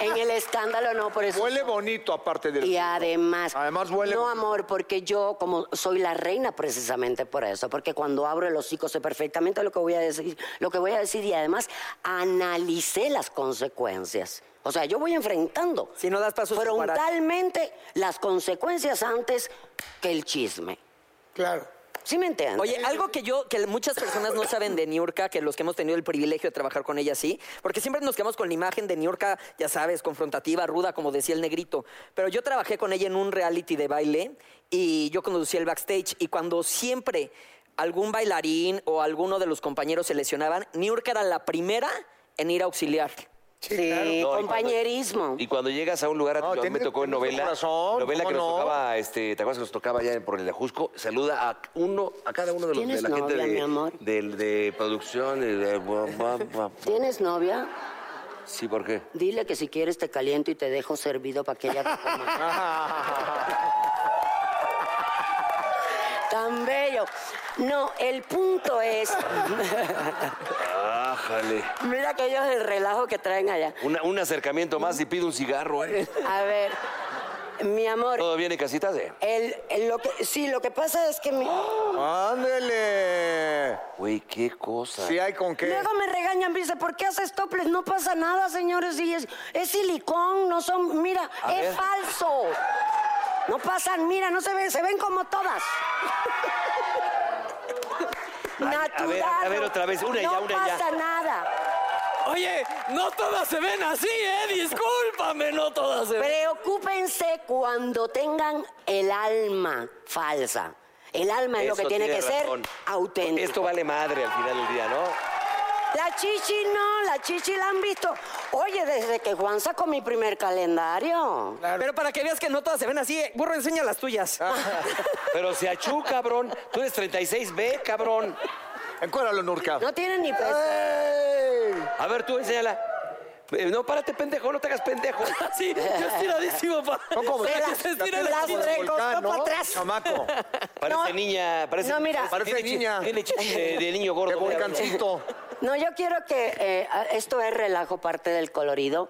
[SPEAKER 8] en el escándalo no, por eso.
[SPEAKER 3] Huele bonito aparte del...
[SPEAKER 8] Y además.
[SPEAKER 3] Además huele
[SPEAKER 8] No,
[SPEAKER 3] bonito.
[SPEAKER 8] amor, porque yo, como soy la reina precisamente por eso, porque cuando abro el hocico sé perfectamente lo que voy a decir, lo que voy a decir y además analicé las consecuencias. O sea, yo voy enfrentando.
[SPEAKER 4] Si no das pasos,
[SPEAKER 8] Frontalmente las consecuencias antes que el chisme.
[SPEAKER 2] Claro.
[SPEAKER 8] ¿Sí me entiendes?
[SPEAKER 4] Oye, algo que yo, que muchas personas no saben de Niurka, que los que hemos tenido el privilegio de trabajar con ella sí, porque siempre nos quedamos con la imagen de Niurka, ya sabes, confrontativa, ruda, como decía el negrito. Pero yo trabajé con ella en un reality de baile y yo conducía el backstage y cuando siempre algún bailarín o alguno de los compañeros se lesionaban, Niurka era la primera en ir a auxiliar.
[SPEAKER 8] sí,
[SPEAKER 1] No, y cuando-
[SPEAKER 8] compañerismo.
[SPEAKER 1] Y cuando llegas a un lugar, a
[SPEAKER 3] No,
[SPEAKER 1] mí me
[SPEAKER 3] tiene-
[SPEAKER 1] tocó en
[SPEAKER 3] tiene su
[SPEAKER 1] novela.
[SPEAKER 3] corazón,
[SPEAKER 1] novela que
[SPEAKER 3] ¿cómo
[SPEAKER 1] nos
[SPEAKER 3] no?
[SPEAKER 1] tocaba, este, ¿te acuerdas que nos tocaba allá por el de Ajusco? Saluda a uno, a cada uno de los de
[SPEAKER 8] ¿Tienes
[SPEAKER 1] la gente
[SPEAKER 8] novia,
[SPEAKER 1] de,
[SPEAKER 8] mi amor?
[SPEAKER 1] del- de producción. y de-
[SPEAKER 8] ¿Tienes novia?
[SPEAKER 1] Sí, ¿por qué?
[SPEAKER 8] Dile que si quieres te caliento y te dejo servido para que ella te coma. Tan bello. No, el punto es,
[SPEAKER 1] Ájale.
[SPEAKER 8] mira que ellos el relajo que traen allá.
[SPEAKER 1] Una- un acercamiento más y pido un cigarro, ¿eh?
[SPEAKER 8] A ver, mi amor,
[SPEAKER 1] ¿Todo bien en casita? Sí.
[SPEAKER 8] el, el lo que, sí, lo que pasa es que ¡Oh! mi-
[SPEAKER 3] ¡Ándele!
[SPEAKER 1] Güey, qué cosa.
[SPEAKER 3] Sí hay con qué.
[SPEAKER 8] luego me regañan, me dice, ¿por qué haces toples? No pasa nada, señores, y es, es silicón, no son, mira,
[SPEAKER 1] A
[SPEAKER 8] es
[SPEAKER 1] ver.
[SPEAKER 8] falso. No pasan, mira, no se ven, se ven como todas. Natural.
[SPEAKER 1] a ver, a ver, otra vez, una y
[SPEAKER 8] no
[SPEAKER 1] ya, una y ya.
[SPEAKER 8] pasa nada.
[SPEAKER 4] Oye, no todas se ven así, ¿eh? Discúlpame, no todas se
[SPEAKER 8] Preocúpense cuando tengan el alma falsa. El alma es lo
[SPEAKER 1] Eso
[SPEAKER 8] que tiene que
[SPEAKER 1] razón.
[SPEAKER 8] ser auténtico.
[SPEAKER 1] Esto vale madre al final del día, ¿no?
[SPEAKER 8] La chichi no, la chichi la han visto. Oye, desde que Juan sacó mi primer calendario.
[SPEAKER 4] Pero para que veas que no todas se ven así, eh, burro, enseña las tuyas.
[SPEAKER 3] Ah.
[SPEAKER 1] Pero se achú, cabrón. Tú eres 36B, cabrón.
[SPEAKER 3] Encuérdalo, Nurka.
[SPEAKER 8] No tiene ni peso.
[SPEAKER 3] ¡Ey!
[SPEAKER 1] A ver, tú enséñala. Eh, no, párate, pendejo, no te hagas pendejo.
[SPEAKER 4] Sí, yo estiradísimo, pa.
[SPEAKER 3] Son como
[SPEAKER 4] Para que
[SPEAKER 3] chicas
[SPEAKER 4] se
[SPEAKER 3] que
[SPEAKER 4] estire la
[SPEAKER 3] hacen como
[SPEAKER 4] chichi.
[SPEAKER 3] el volcán,
[SPEAKER 8] no
[SPEAKER 3] Ah, ¿no?
[SPEAKER 8] pa' atrás.
[SPEAKER 3] Chamaco.
[SPEAKER 1] Parece niña, parece
[SPEAKER 8] no, mira.
[SPEAKER 3] Parece
[SPEAKER 1] tiene chi-
[SPEAKER 3] niña.
[SPEAKER 1] Tiene chi- de, de niño
[SPEAKER 3] De
[SPEAKER 1] gordo. mira,
[SPEAKER 3] volcancito.
[SPEAKER 8] No, yo quiero que eh, a- esto es relajo, parte del colorido,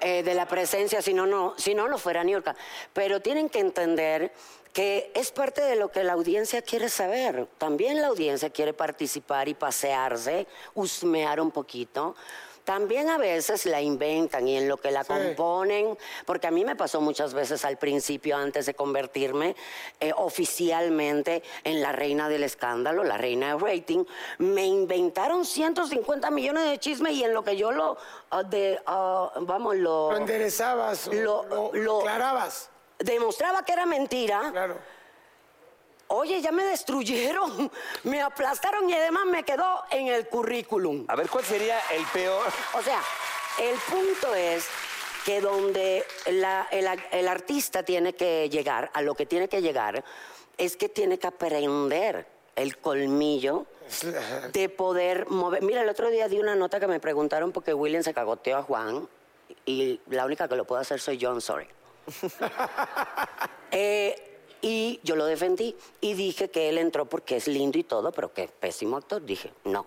[SPEAKER 8] eh, de la presencia, si no, no, si no, no fuera New York. Pero tienen que entender que es parte de lo que la audiencia quiere saber. También la audiencia quiere participar y pasearse, husmear un poquito. También a veces la inventan y en lo que la componen, porque a mí me pasó muchas veces al principio, antes de convertirme eh, oficialmente en la reina del escándalo, la reina de rating, me inventaron 150 millones de chismes y en lo que yo lo, ah, de, ah, vamos, lo,
[SPEAKER 2] Lo enderezabas, o
[SPEAKER 8] Lo-
[SPEAKER 2] lo,
[SPEAKER 8] lo-
[SPEAKER 2] aclarabas.
[SPEAKER 8] demostraba que era mentira.
[SPEAKER 2] Claro.
[SPEAKER 8] Oye, ya me destruyeron, me aplastaron y además me quedó en el currículum.
[SPEAKER 1] A ver, ¿cuál sería el peor?
[SPEAKER 8] O sea, el punto es que donde la- el, a- el artista tiene que llegar, a lo que tiene que llegar, es que tiene que aprender el colmillo de poder mover. Mira, el otro día di una nota que me preguntaron porque William se cagoteó a Juan y la única que lo puedo hacer soy John, sorry. Eh, y yo lo defendí y dije que él entró porque es lindo y todo, pero que es pésimo actor. Dije, no.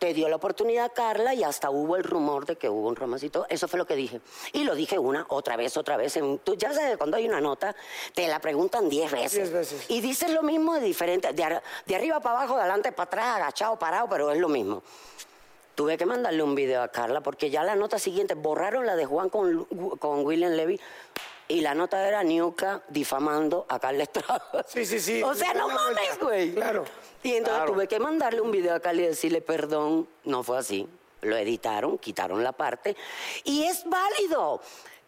[SPEAKER 8] Te dio la oportunidad, Carla, y hasta hubo el rumor de que hubo un romancito. Eso fue lo que dije. Y lo dije una, otra vez, otra vez. En- tú ya sabes, cuando hay una nota, te la preguntan diez veces.
[SPEAKER 2] Diez veces.
[SPEAKER 8] Y dices lo mismo de diferente, de, ar- de arriba para abajo, de adelante para atrás, agachado, parado, pero es lo mismo. Tuve que mandarle un video a Carla porque ya la nota siguiente borraron la de Juan con, Lu- con William Levy y la nota era Niuca difamando a Carla Estrada.
[SPEAKER 2] Sí, sí, sí.
[SPEAKER 8] O sea, no
[SPEAKER 2] Una vuelta.
[SPEAKER 8] mames, güey.
[SPEAKER 2] Claro.
[SPEAKER 8] Y entonces tuve que mandarle un video a Carla y decirle perdón, no fue así. Lo editaron, quitaron la parte y es válido.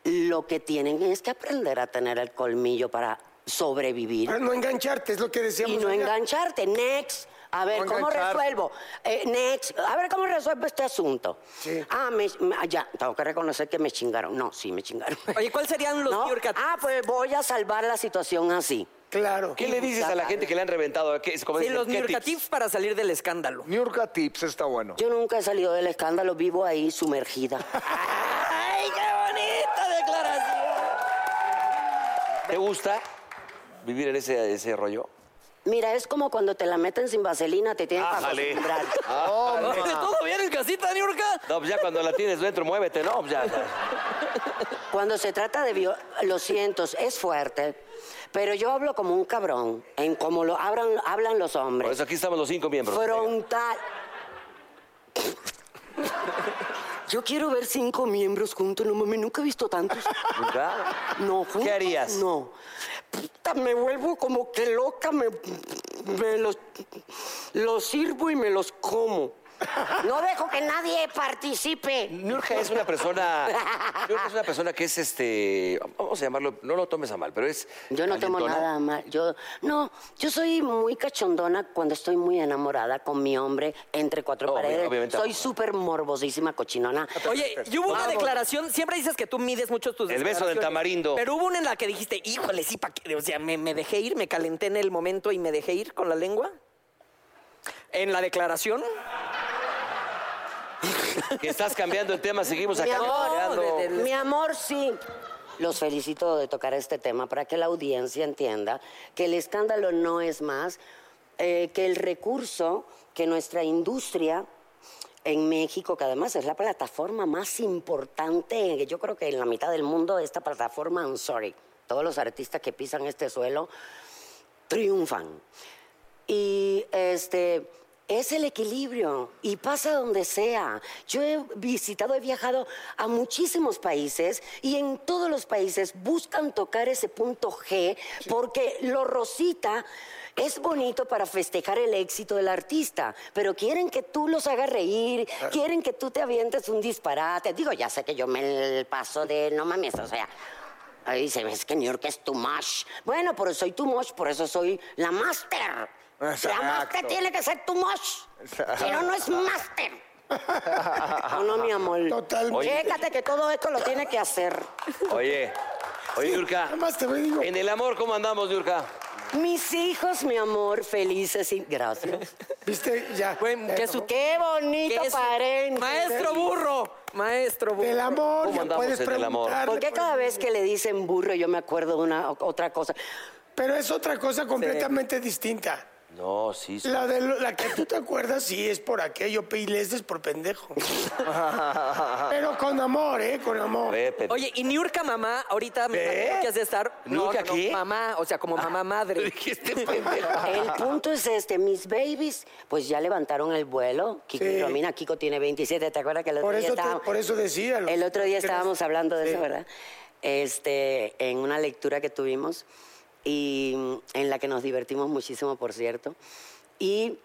[SPEAKER 8] Lo que tienen es que aprender a tener el colmillo para sobrevivir
[SPEAKER 2] Para no engancharte, es lo que decíamos.
[SPEAKER 8] y no
[SPEAKER 2] allá.
[SPEAKER 8] engancharte. Next. A ver,
[SPEAKER 3] No
[SPEAKER 8] ¿cómo
[SPEAKER 3] engancharte.
[SPEAKER 8] resuelvo? Eh, next. A ver, ¿cómo resuelvo este asunto?
[SPEAKER 2] Sí.
[SPEAKER 8] Ah, me- me- ah, ya, tengo que reconocer que me chingaron. No, sí, me chingaron.
[SPEAKER 4] Oye, ¿cuáles serían los
[SPEAKER 8] ¿No?
[SPEAKER 4] New York
[SPEAKER 8] Ah, pues voy a salvar la situación así.
[SPEAKER 2] Claro.
[SPEAKER 1] ¿Qué le dices a la gente que le han reventado? ¿Qué, como
[SPEAKER 4] Sí,
[SPEAKER 1] dicen,
[SPEAKER 4] los
[SPEAKER 1] ¿qué
[SPEAKER 4] New York
[SPEAKER 1] tips?
[SPEAKER 4] tips para salir del escándalo.
[SPEAKER 3] Niurka Tips está bueno.
[SPEAKER 8] Yo nunca he salido del escándalo, vivo ahí sumergida.
[SPEAKER 4] ¡Ay, qué bonita declaración!
[SPEAKER 1] ¿Te gusta vivir en ese, ese rollo?
[SPEAKER 8] Mira, es como cuando te la meten sin vaselina, te tienen que
[SPEAKER 1] Ájale.
[SPEAKER 8] acostumbrar.
[SPEAKER 4] Ah, ¿Todo bien en casita, New York?
[SPEAKER 1] Ah, No, pues ya cuando la tienes dentro, muévete, ¿no? Pues ya.
[SPEAKER 8] Cuando se trata de violencia, lo siento, es fuerte, pero yo hablo como un cabrón, en como lo hablan, hablan los
[SPEAKER 1] Por
[SPEAKER 8] hombres.
[SPEAKER 1] eso aquí estamos los cinco miembros.
[SPEAKER 8] Frontal. Yo quiero ver cinco miembros juntos, no mames, nunca he visto tantos.
[SPEAKER 1] ¿Verdad?
[SPEAKER 8] No, juntos,
[SPEAKER 1] ¿Qué harías?
[SPEAKER 8] No. Puta, me vuelvo como que loca, me, me los, los sirvo y me los como. No dejo que nadie participe.
[SPEAKER 1] Nurka es una persona. Nurka es una persona que es este. Vamos a llamarlo. No lo tomes a mal, pero es.
[SPEAKER 8] Yo no tomo
[SPEAKER 1] calentona.
[SPEAKER 8] nada mal. Yo, no, yo soy muy cachondona cuando estoy muy enamorada con mi hombre entre cuatro
[SPEAKER 1] Obvio,
[SPEAKER 8] paredes.
[SPEAKER 1] obviamente.
[SPEAKER 8] Soy súper morbosísima, cochinona.
[SPEAKER 4] Oye, y hubo una declaración, siempre dices que tú mides mucho tus
[SPEAKER 1] El beso del
[SPEAKER 4] declaraciones,
[SPEAKER 1] tamarindo.
[SPEAKER 4] Pero hubo una en la que dijiste, híjole, sí, pa' qué", o sea, me, me dejé ir, me calenté en el momento y me dejé ir con la lengua. ¿En la declaración?
[SPEAKER 1] Que estás cambiando el tema, seguimos
[SPEAKER 8] Mi
[SPEAKER 1] acá.
[SPEAKER 8] amor,
[SPEAKER 1] peleando.
[SPEAKER 8] de- de- mi amor, sí. Los felicito de tocar este tema para que la audiencia entienda que el escándalo no es más eh, que el recurso que nuestra industria en México, que además es la plataforma más importante, yo creo que en la mitad del mundo, esta plataforma, I'm sorry, todos los artistas que pisan este suelo triunfan. Y este es el equilibrio y pasa donde sea. Yo he visitado, he viajado a muchísimos países y en todos los países buscan tocar ese punto G porque lo rosita es bonito para festejar el éxito del artista, pero quieren que tú los hagas reír, quieren que tú te avientes un disparate. Digo, ya sé que yo me el paso de no mames, o sea, Ahí dice, es que New York es too much. Bueno, pero soy too much, por eso soy la master. La
[SPEAKER 3] Exacto.
[SPEAKER 8] master tiene que ser too much. Si no, no es master. ¿O no, mi amor?
[SPEAKER 2] Totalmente.
[SPEAKER 1] Oye.
[SPEAKER 8] Chécate que todo esto lo tienes que hacer.
[SPEAKER 1] Oye, oye, Yurka.
[SPEAKER 2] Nada más te voy y digo,
[SPEAKER 1] En el amor, ¿cómo andamos, Yurka?
[SPEAKER 8] Mis hijos, mi amor, felices y gracias.
[SPEAKER 2] viste, ya.
[SPEAKER 4] Güey, ¿qué es su-
[SPEAKER 8] ¡Qué bonito
[SPEAKER 4] qué es su-
[SPEAKER 8] parente!
[SPEAKER 4] Maestro burro, maestro burro.
[SPEAKER 2] Del amor,
[SPEAKER 1] ¿Cómo
[SPEAKER 2] ya
[SPEAKER 1] andamos
[SPEAKER 2] puedes
[SPEAKER 1] en el amor?
[SPEAKER 2] preguntarle.
[SPEAKER 8] ¿Por qué cada vez que le dicen burro yo me acuerdo de una o- otra cosa?
[SPEAKER 2] Pero es otra cosa completamente distinta.
[SPEAKER 1] No, sí, sí.
[SPEAKER 2] La, de lo- la que tú te acuerdas, sí, es por aquello, pe- y le es por pendejo. Pero con amor, ¿eh? Con amor.
[SPEAKER 1] Ve, pero-
[SPEAKER 4] Oye, y Niurka mamá, ahorita me imagino que has de estar.
[SPEAKER 1] ¿Niurka qué? Ah,
[SPEAKER 4] Mamá, o sea, como mamá madre.
[SPEAKER 1] Dijiste, pendejo.
[SPEAKER 8] El punto es este, mis babies, pues ya levantaron el vuelo. Kiko y
[SPEAKER 2] Sí.
[SPEAKER 8] Romina, Kiko tiene 27, ¿te acuerdas que el otro
[SPEAKER 2] Por
[SPEAKER 8] día
[SPEAKER 2] eso, te-
[SPEAKER 8] estábamos-
[SPEAKER 2] por eso decía. lo-
[SPEAKER 8] El otro día
[SPEAKER 2] que
[SPEAKER 8] estábamos
[SPEAKER 2] nos-
[SPEAKER 8] hablando de
[SPEAKER 2] Sí.
[SPEAKER 8] eso, ¿verdad? Este, en una lectura que tuvimos y mm, en la que nos divertimos muchísimo, por cierto. Y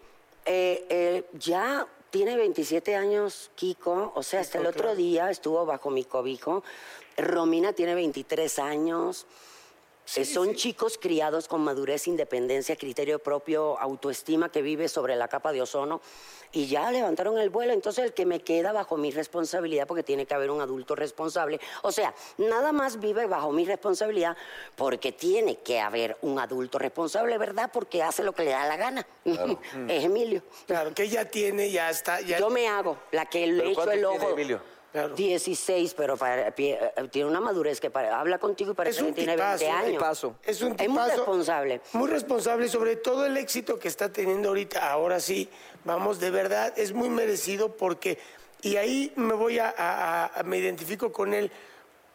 [SPEAKER 8] eh, eh, ya tiene 27 años Kiko, o sea, hasta el otro día estuvo bajo mi cobijo. Romina tiene 23 años. Eh, son chicos criados con madurez, independencia, criterio propio, autoestima que vive sobre la capa de ozono y ya levantaron el vuelo. Entonces el que me queda bajo mi responsabilidad, porque tiene que haber un adulto responsable, o sea, nada más vive bajo mi responsabilidad porque tiene que haber un adulto responsable, ¿verdad? Porque hace lo que le da la gana. es Emilio.
[SPEAKER 2] Claro, que ya tiene, ya está. Ya...
[SPEAKER 8] Yo me hago la que le
[SPEAKER 1] ¿Pero
[SPEAKER 8] echo
[SPEAKER 1] cuántos
[SPEAKER 8] el
[SPEAKER 1] tiene
[SPEAKER 8] ojo.
[SPEAKER 1] Emilio?
[SPEAKER 2] Claro.
[SPEAKER 8] 16, pero para- pie- eh, tiene una madurez que para- habla contigo y parece
[SPEAKER 2] Es un
[SPEAKER 8] que tiene
[SPEAKER 2] tipazo,
[SPEAKER 8] 20
[SPEAKER 2] un
[SPEAKER 8] años.
[SPEAKER 4] tipazo.
[SPEAKER 2] Es un
[SPEAKER 8] Es muy
[SPEAKER 2] tipazo.
[SPEAKER 8] responsable.
[SPEAKER 2] Muy responsable, sobre todo el éxito que está teniendo ahorita. Ahora sí, vamos, de verdad, es muy merecido porque. Y ahí me voy a. a- a- a- me identifico con él,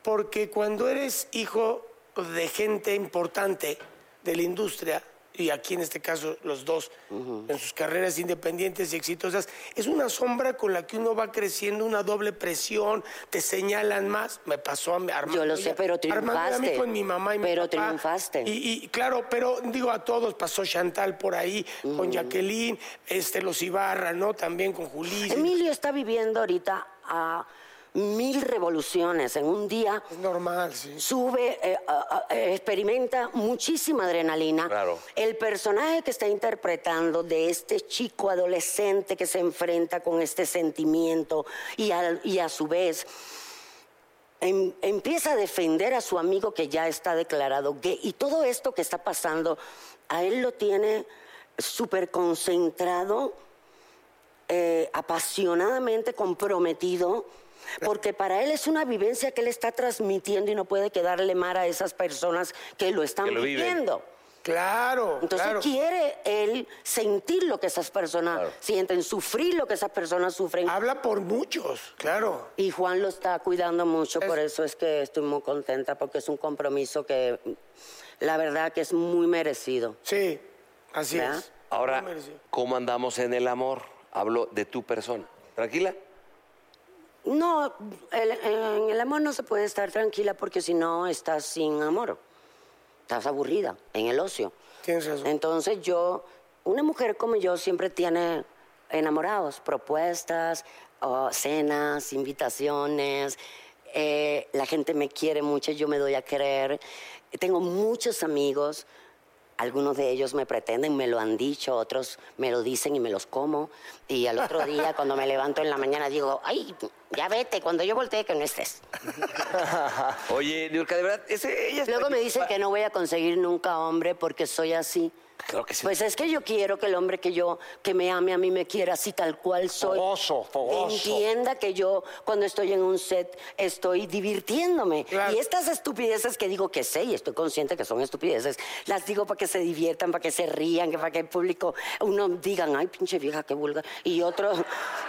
[SPEAKER 2] porque cuando eres hijo de gente importante de la industria, y aquí en este caso los dos, en sus carreras independientes y exitosas, es una sombra con la que uno va creciendo, una doble presión, te señalan más. Me pasó a mí, Armando.
[SPEAKER 8] Yo lo sé,
[SPEAKER 2] y a-
[SPEAKER 8] pero
[SPEAKER 2] Armando y a mí
[SPEAKER 8] triunfaste.
[SPEAKER 2] con mi mamá y mi
[SPEAKER 8] Pero
[SPEAKER 2] papá.
[SPEAKER 8] triunfaste.
[SPEAKER 2] Y- y claro, pero digo a todos, pasó Chantal por ahí, con Jacqueline, este, los Ibarra, ¿no? También con Julissa.
[SPEAKER 8] Emilio está viviendo ahorita a mil revoluciones en un día.
[SPEAKER 2] Es normal, sí.
[SPEAKER 8] Sube, eh, a- a- eh, experimenta muchísima adrenalina.
[SPEAKER 1] Claro.
[SPEAKER 8] El personaje que está interpretando de este chico adolescente que se enfrenta con este sentimiento y al- y a su vez em- empieza a defender a su amigo que ya está declarado gay. Y todo esto que está pasando, a él lo tiene súper concentrado, eh, apasionadamente comprometido. Porque para él es una vivencia que él está transmitiendo y no puede quedarle mal a esas personas que lo están
[SPEAKER 1] Que lo viven.
[SPEAKER 8] viviendo.
[SPEAKER 2] Claro,
[SPEAKER 8] Entonces
[SPEAKER 2] claro.
[SPEAKER 8] quiere él sentir lo que esas personas sienten, sufrir lo que esas personas sufren.
[SPEAKER 2] Habla por muchos, claro.
[SPEAKER 8] Y Juan lo está cuidando mucho,
[SPEAKER 2] Es-
[SPEAKER 8] por eso es que estoy muy contenta, porque es un compromiso que la verdad que es muy merecido.
[SPEAKER 2] Sí, así
[SPEAKER 8] ¿Verdad?
[SPEAKER 2] es.
[SPEAKER 1] Ahora,
[SPEAKER 2] Muy merecido.
[SPEAKER 1] ¿cómo andamos en el amor? Hablo de tu persona. ¿Tranquila?
[SPEAKER 8] No, el- en el amor no se puede estar tranquila porque si no estás sin amor, estás aburrida en el ocio.
[SPEAKER 2] Tienes razón.
[SPEAKER 8] Entonces yo, una mujer como yo siempre tiene enamorados, propuestas, oh, cenas, invitaciones. eh, la gente me quiere mucho, yo me doy a querer. Tengo muchos amigos. Algunos de ellos me pretenden, me lo han dicho, otros me lo dicen y me los como. Y al otro día, cuando me levanto en la mañana, digo, ay, ya vete, cuando yo voltee que no estés.
[SPEAKER 1] Oye, Niurka, de verdad, ese, ella es-
[SPEAKER 8] Luego me dicen que no voy a conseguir nunca hombre porque soy así.
[SPEAKER 1] Claro que sí.
[SPEAKER 8] Pues es que yo quiero que el hombre que yo, que me ame a mí, me quiera así tal cual soy.
[SPEAKER 3] Fogoso, fogoso.
[SPEAKER 8] Que entienda que yo, cuando estoy en un set, estoy divirtiéndome.
[SPEAKER 2] Claro.
[SPEAKER 8] Y estas estupideces que digo que sé, y estoy consciente que son estupideces, las digo para que se diviertan, para que se rían, que para que el público, unos digan, ay, pinche vieja, qué vulgar. Y otros,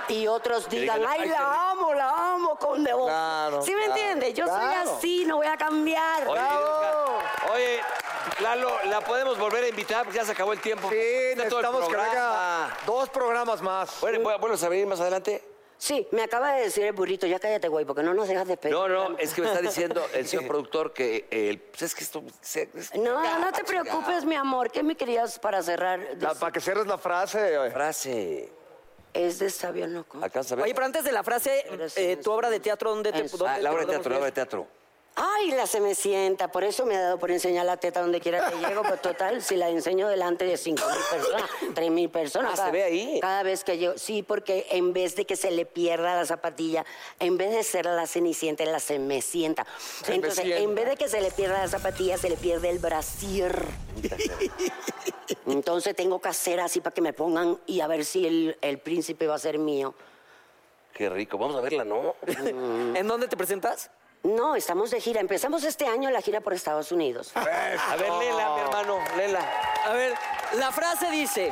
[SPEAKER 8] y otros digan,
[SPEAKER 1] digan,
[SPEAKER 8] ay,
[SPEAKER 1] "Ay, qué
[SPEAKER 8] la amo, la amo con devoción.
[SPEAKER 3] Claro,
[SPEAKER 8] ¿Sí me
[SPEAKER 3] claro,
[SPEAKER 8] entiendes? Yo
[SPEAKER 3] claro.
[SPEAKER 8] soy así, no voy a cambiar.
[SPEAKER 1] Oye, Niurka, oye, Lalo, ¿la podemos volver a invitar? Porque ya se acabó el tiempo.
[SPEAKER 3] Sí,
[SPEAKER 1] Está todo el
[SPEAKER 3] necesitamos que
[SPEAKER 1] programa.
[SPEAKER 3] venga dos programas más.
[SPEAKER 1] Bueno, ¿vu- ¿vuelves a venir más adelante?
[SPEAKER 8] Sí, me acaba de decir el burrito, ya cállate, güey, porque no nos dejas despedir.
[SPEAKER 1] No, no, es que me está diciendo el señor productor que... eh, pues es que esto... se- es-
[SPEAKER 8] No,
[SPEAKER 1] Ya,
[SPEAKER 8] no te
[SPEAKER 1] chica.
[SPEAKER 8] preocupes, mi amor. ¿Qué me querías para cerrar?
[SPEAKER 3] La- para que cierres la frase. eh.
[SPEAKER 1] Frase.
[SPEAKER 8] Es de sabio loco.
[SPEAKER 1] Alcanza a ver.
[SPEAKER 4] Oye, pero antes de la frase,
[SPEAKER 8] Pero sí,
[SPEAKER 4] eh,
[SPEAKER 8] sí,
[SPEAKER 4] tu obra
[SPEAKER 8] sí.
[SPEAKER 4] de teatro, ¿dónde te
[SPEAKER 8] Eso.
[SPEAKER 4] dónde
[SPEAKER 1] Ah,
[SPEAKER 4] te
[SPEAKER 1] la obra de
[SPEAKER 4] podemos
[SPEAKER 1] teatro, la obra de
[SPEAKER 4] ver?
[SPEAKER 1] teatro.
[SPEAKER 8] Ay, la se me sienta, por eso me ha dado por enseñar la teta donde quiera que llego, pues total, si la enseño delante de 5 mil personas, 3 mil personas.
[SPEAKER 1] Ah, se ve ahí.
[SPEAKER 8] Cada vez que yo, sí, porque en vez de que se le pierda la zapatilla, en vez de ser la cenicienta, es la se me sienta.
[SPEAKER 11] me
[SPEAKER 8] Entonces, en
[SPEAKER 11] sienta.
[SPEAKER 8] vez de que se le pierda la zapatilla, se le pierde el brasier. Entonces tengo que hacer así para que me pongan y a ver si el, el príncipe va a ser mío.
[SPEAKER 1] Qué rico. Vamos a verla, ¿no?
[SPEAKER 12] ¿En dónde te presentas?
[SPEAKER 8] No, estamos de gira. Empezamos este año la gira por Estados Unidos.
[SPEAKER 1] A ver, léela, mi hermano, léela.
[SPEAKER 12] A ver, la frase dice,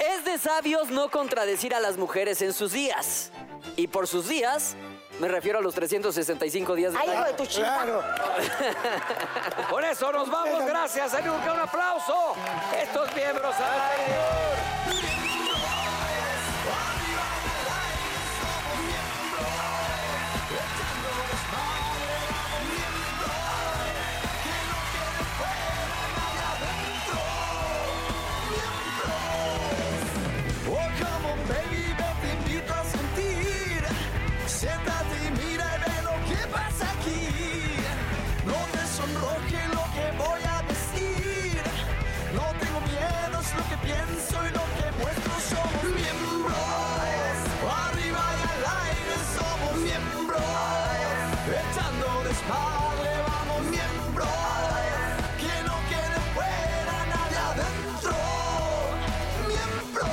[SPEAKER 12] es de sabios no contradecir a las mujeres en sus días. Y por sus días, me refiero a los 365 días del
[SPEAKER 8] ¡Ay, hijo
[SPEAKER 12] año.
[SPEAKER 8] de tu chica!
[SPEAKER 13] Claro.
[SPEAKER 1] Con eso nos vamos. Gracias, Anurka. Un aplauso. Estos miembros al aire.
[SPEAKER 7] Oh, come on, baby, yo te invito a sentir. Siéntate y mira y ve lo que pasa aquí. No te sonroje lo que voy a decir. No tengo miedo, es lo que pienso y lo que muestro. Somos miembros. Arriba y al aire somos miembros. Echando desmadre vamos miembros. Que no quede fuera nadie adentro. Miembros.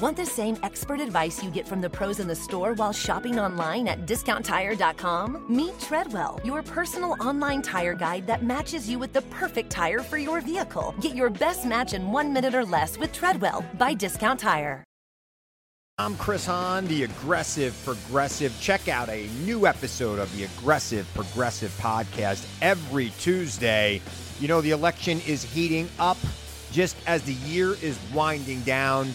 [SPEAKER 4] Want the same expert advice you get from the pros in the store while shopping online at discounttire.com? Meet Treadwell, your personal online tire guide that matches you with the perfect tire for your vehicle. Get your best match in one minute or less with Treadwell by Discount Tire.
[SPEAKER 3] I'm Chris Hahn, the Aggressive Progressive. Check out a new episode of the Aggressive Progressive podcast every Tuesday. You know, the election is heating up just as the year is winding down.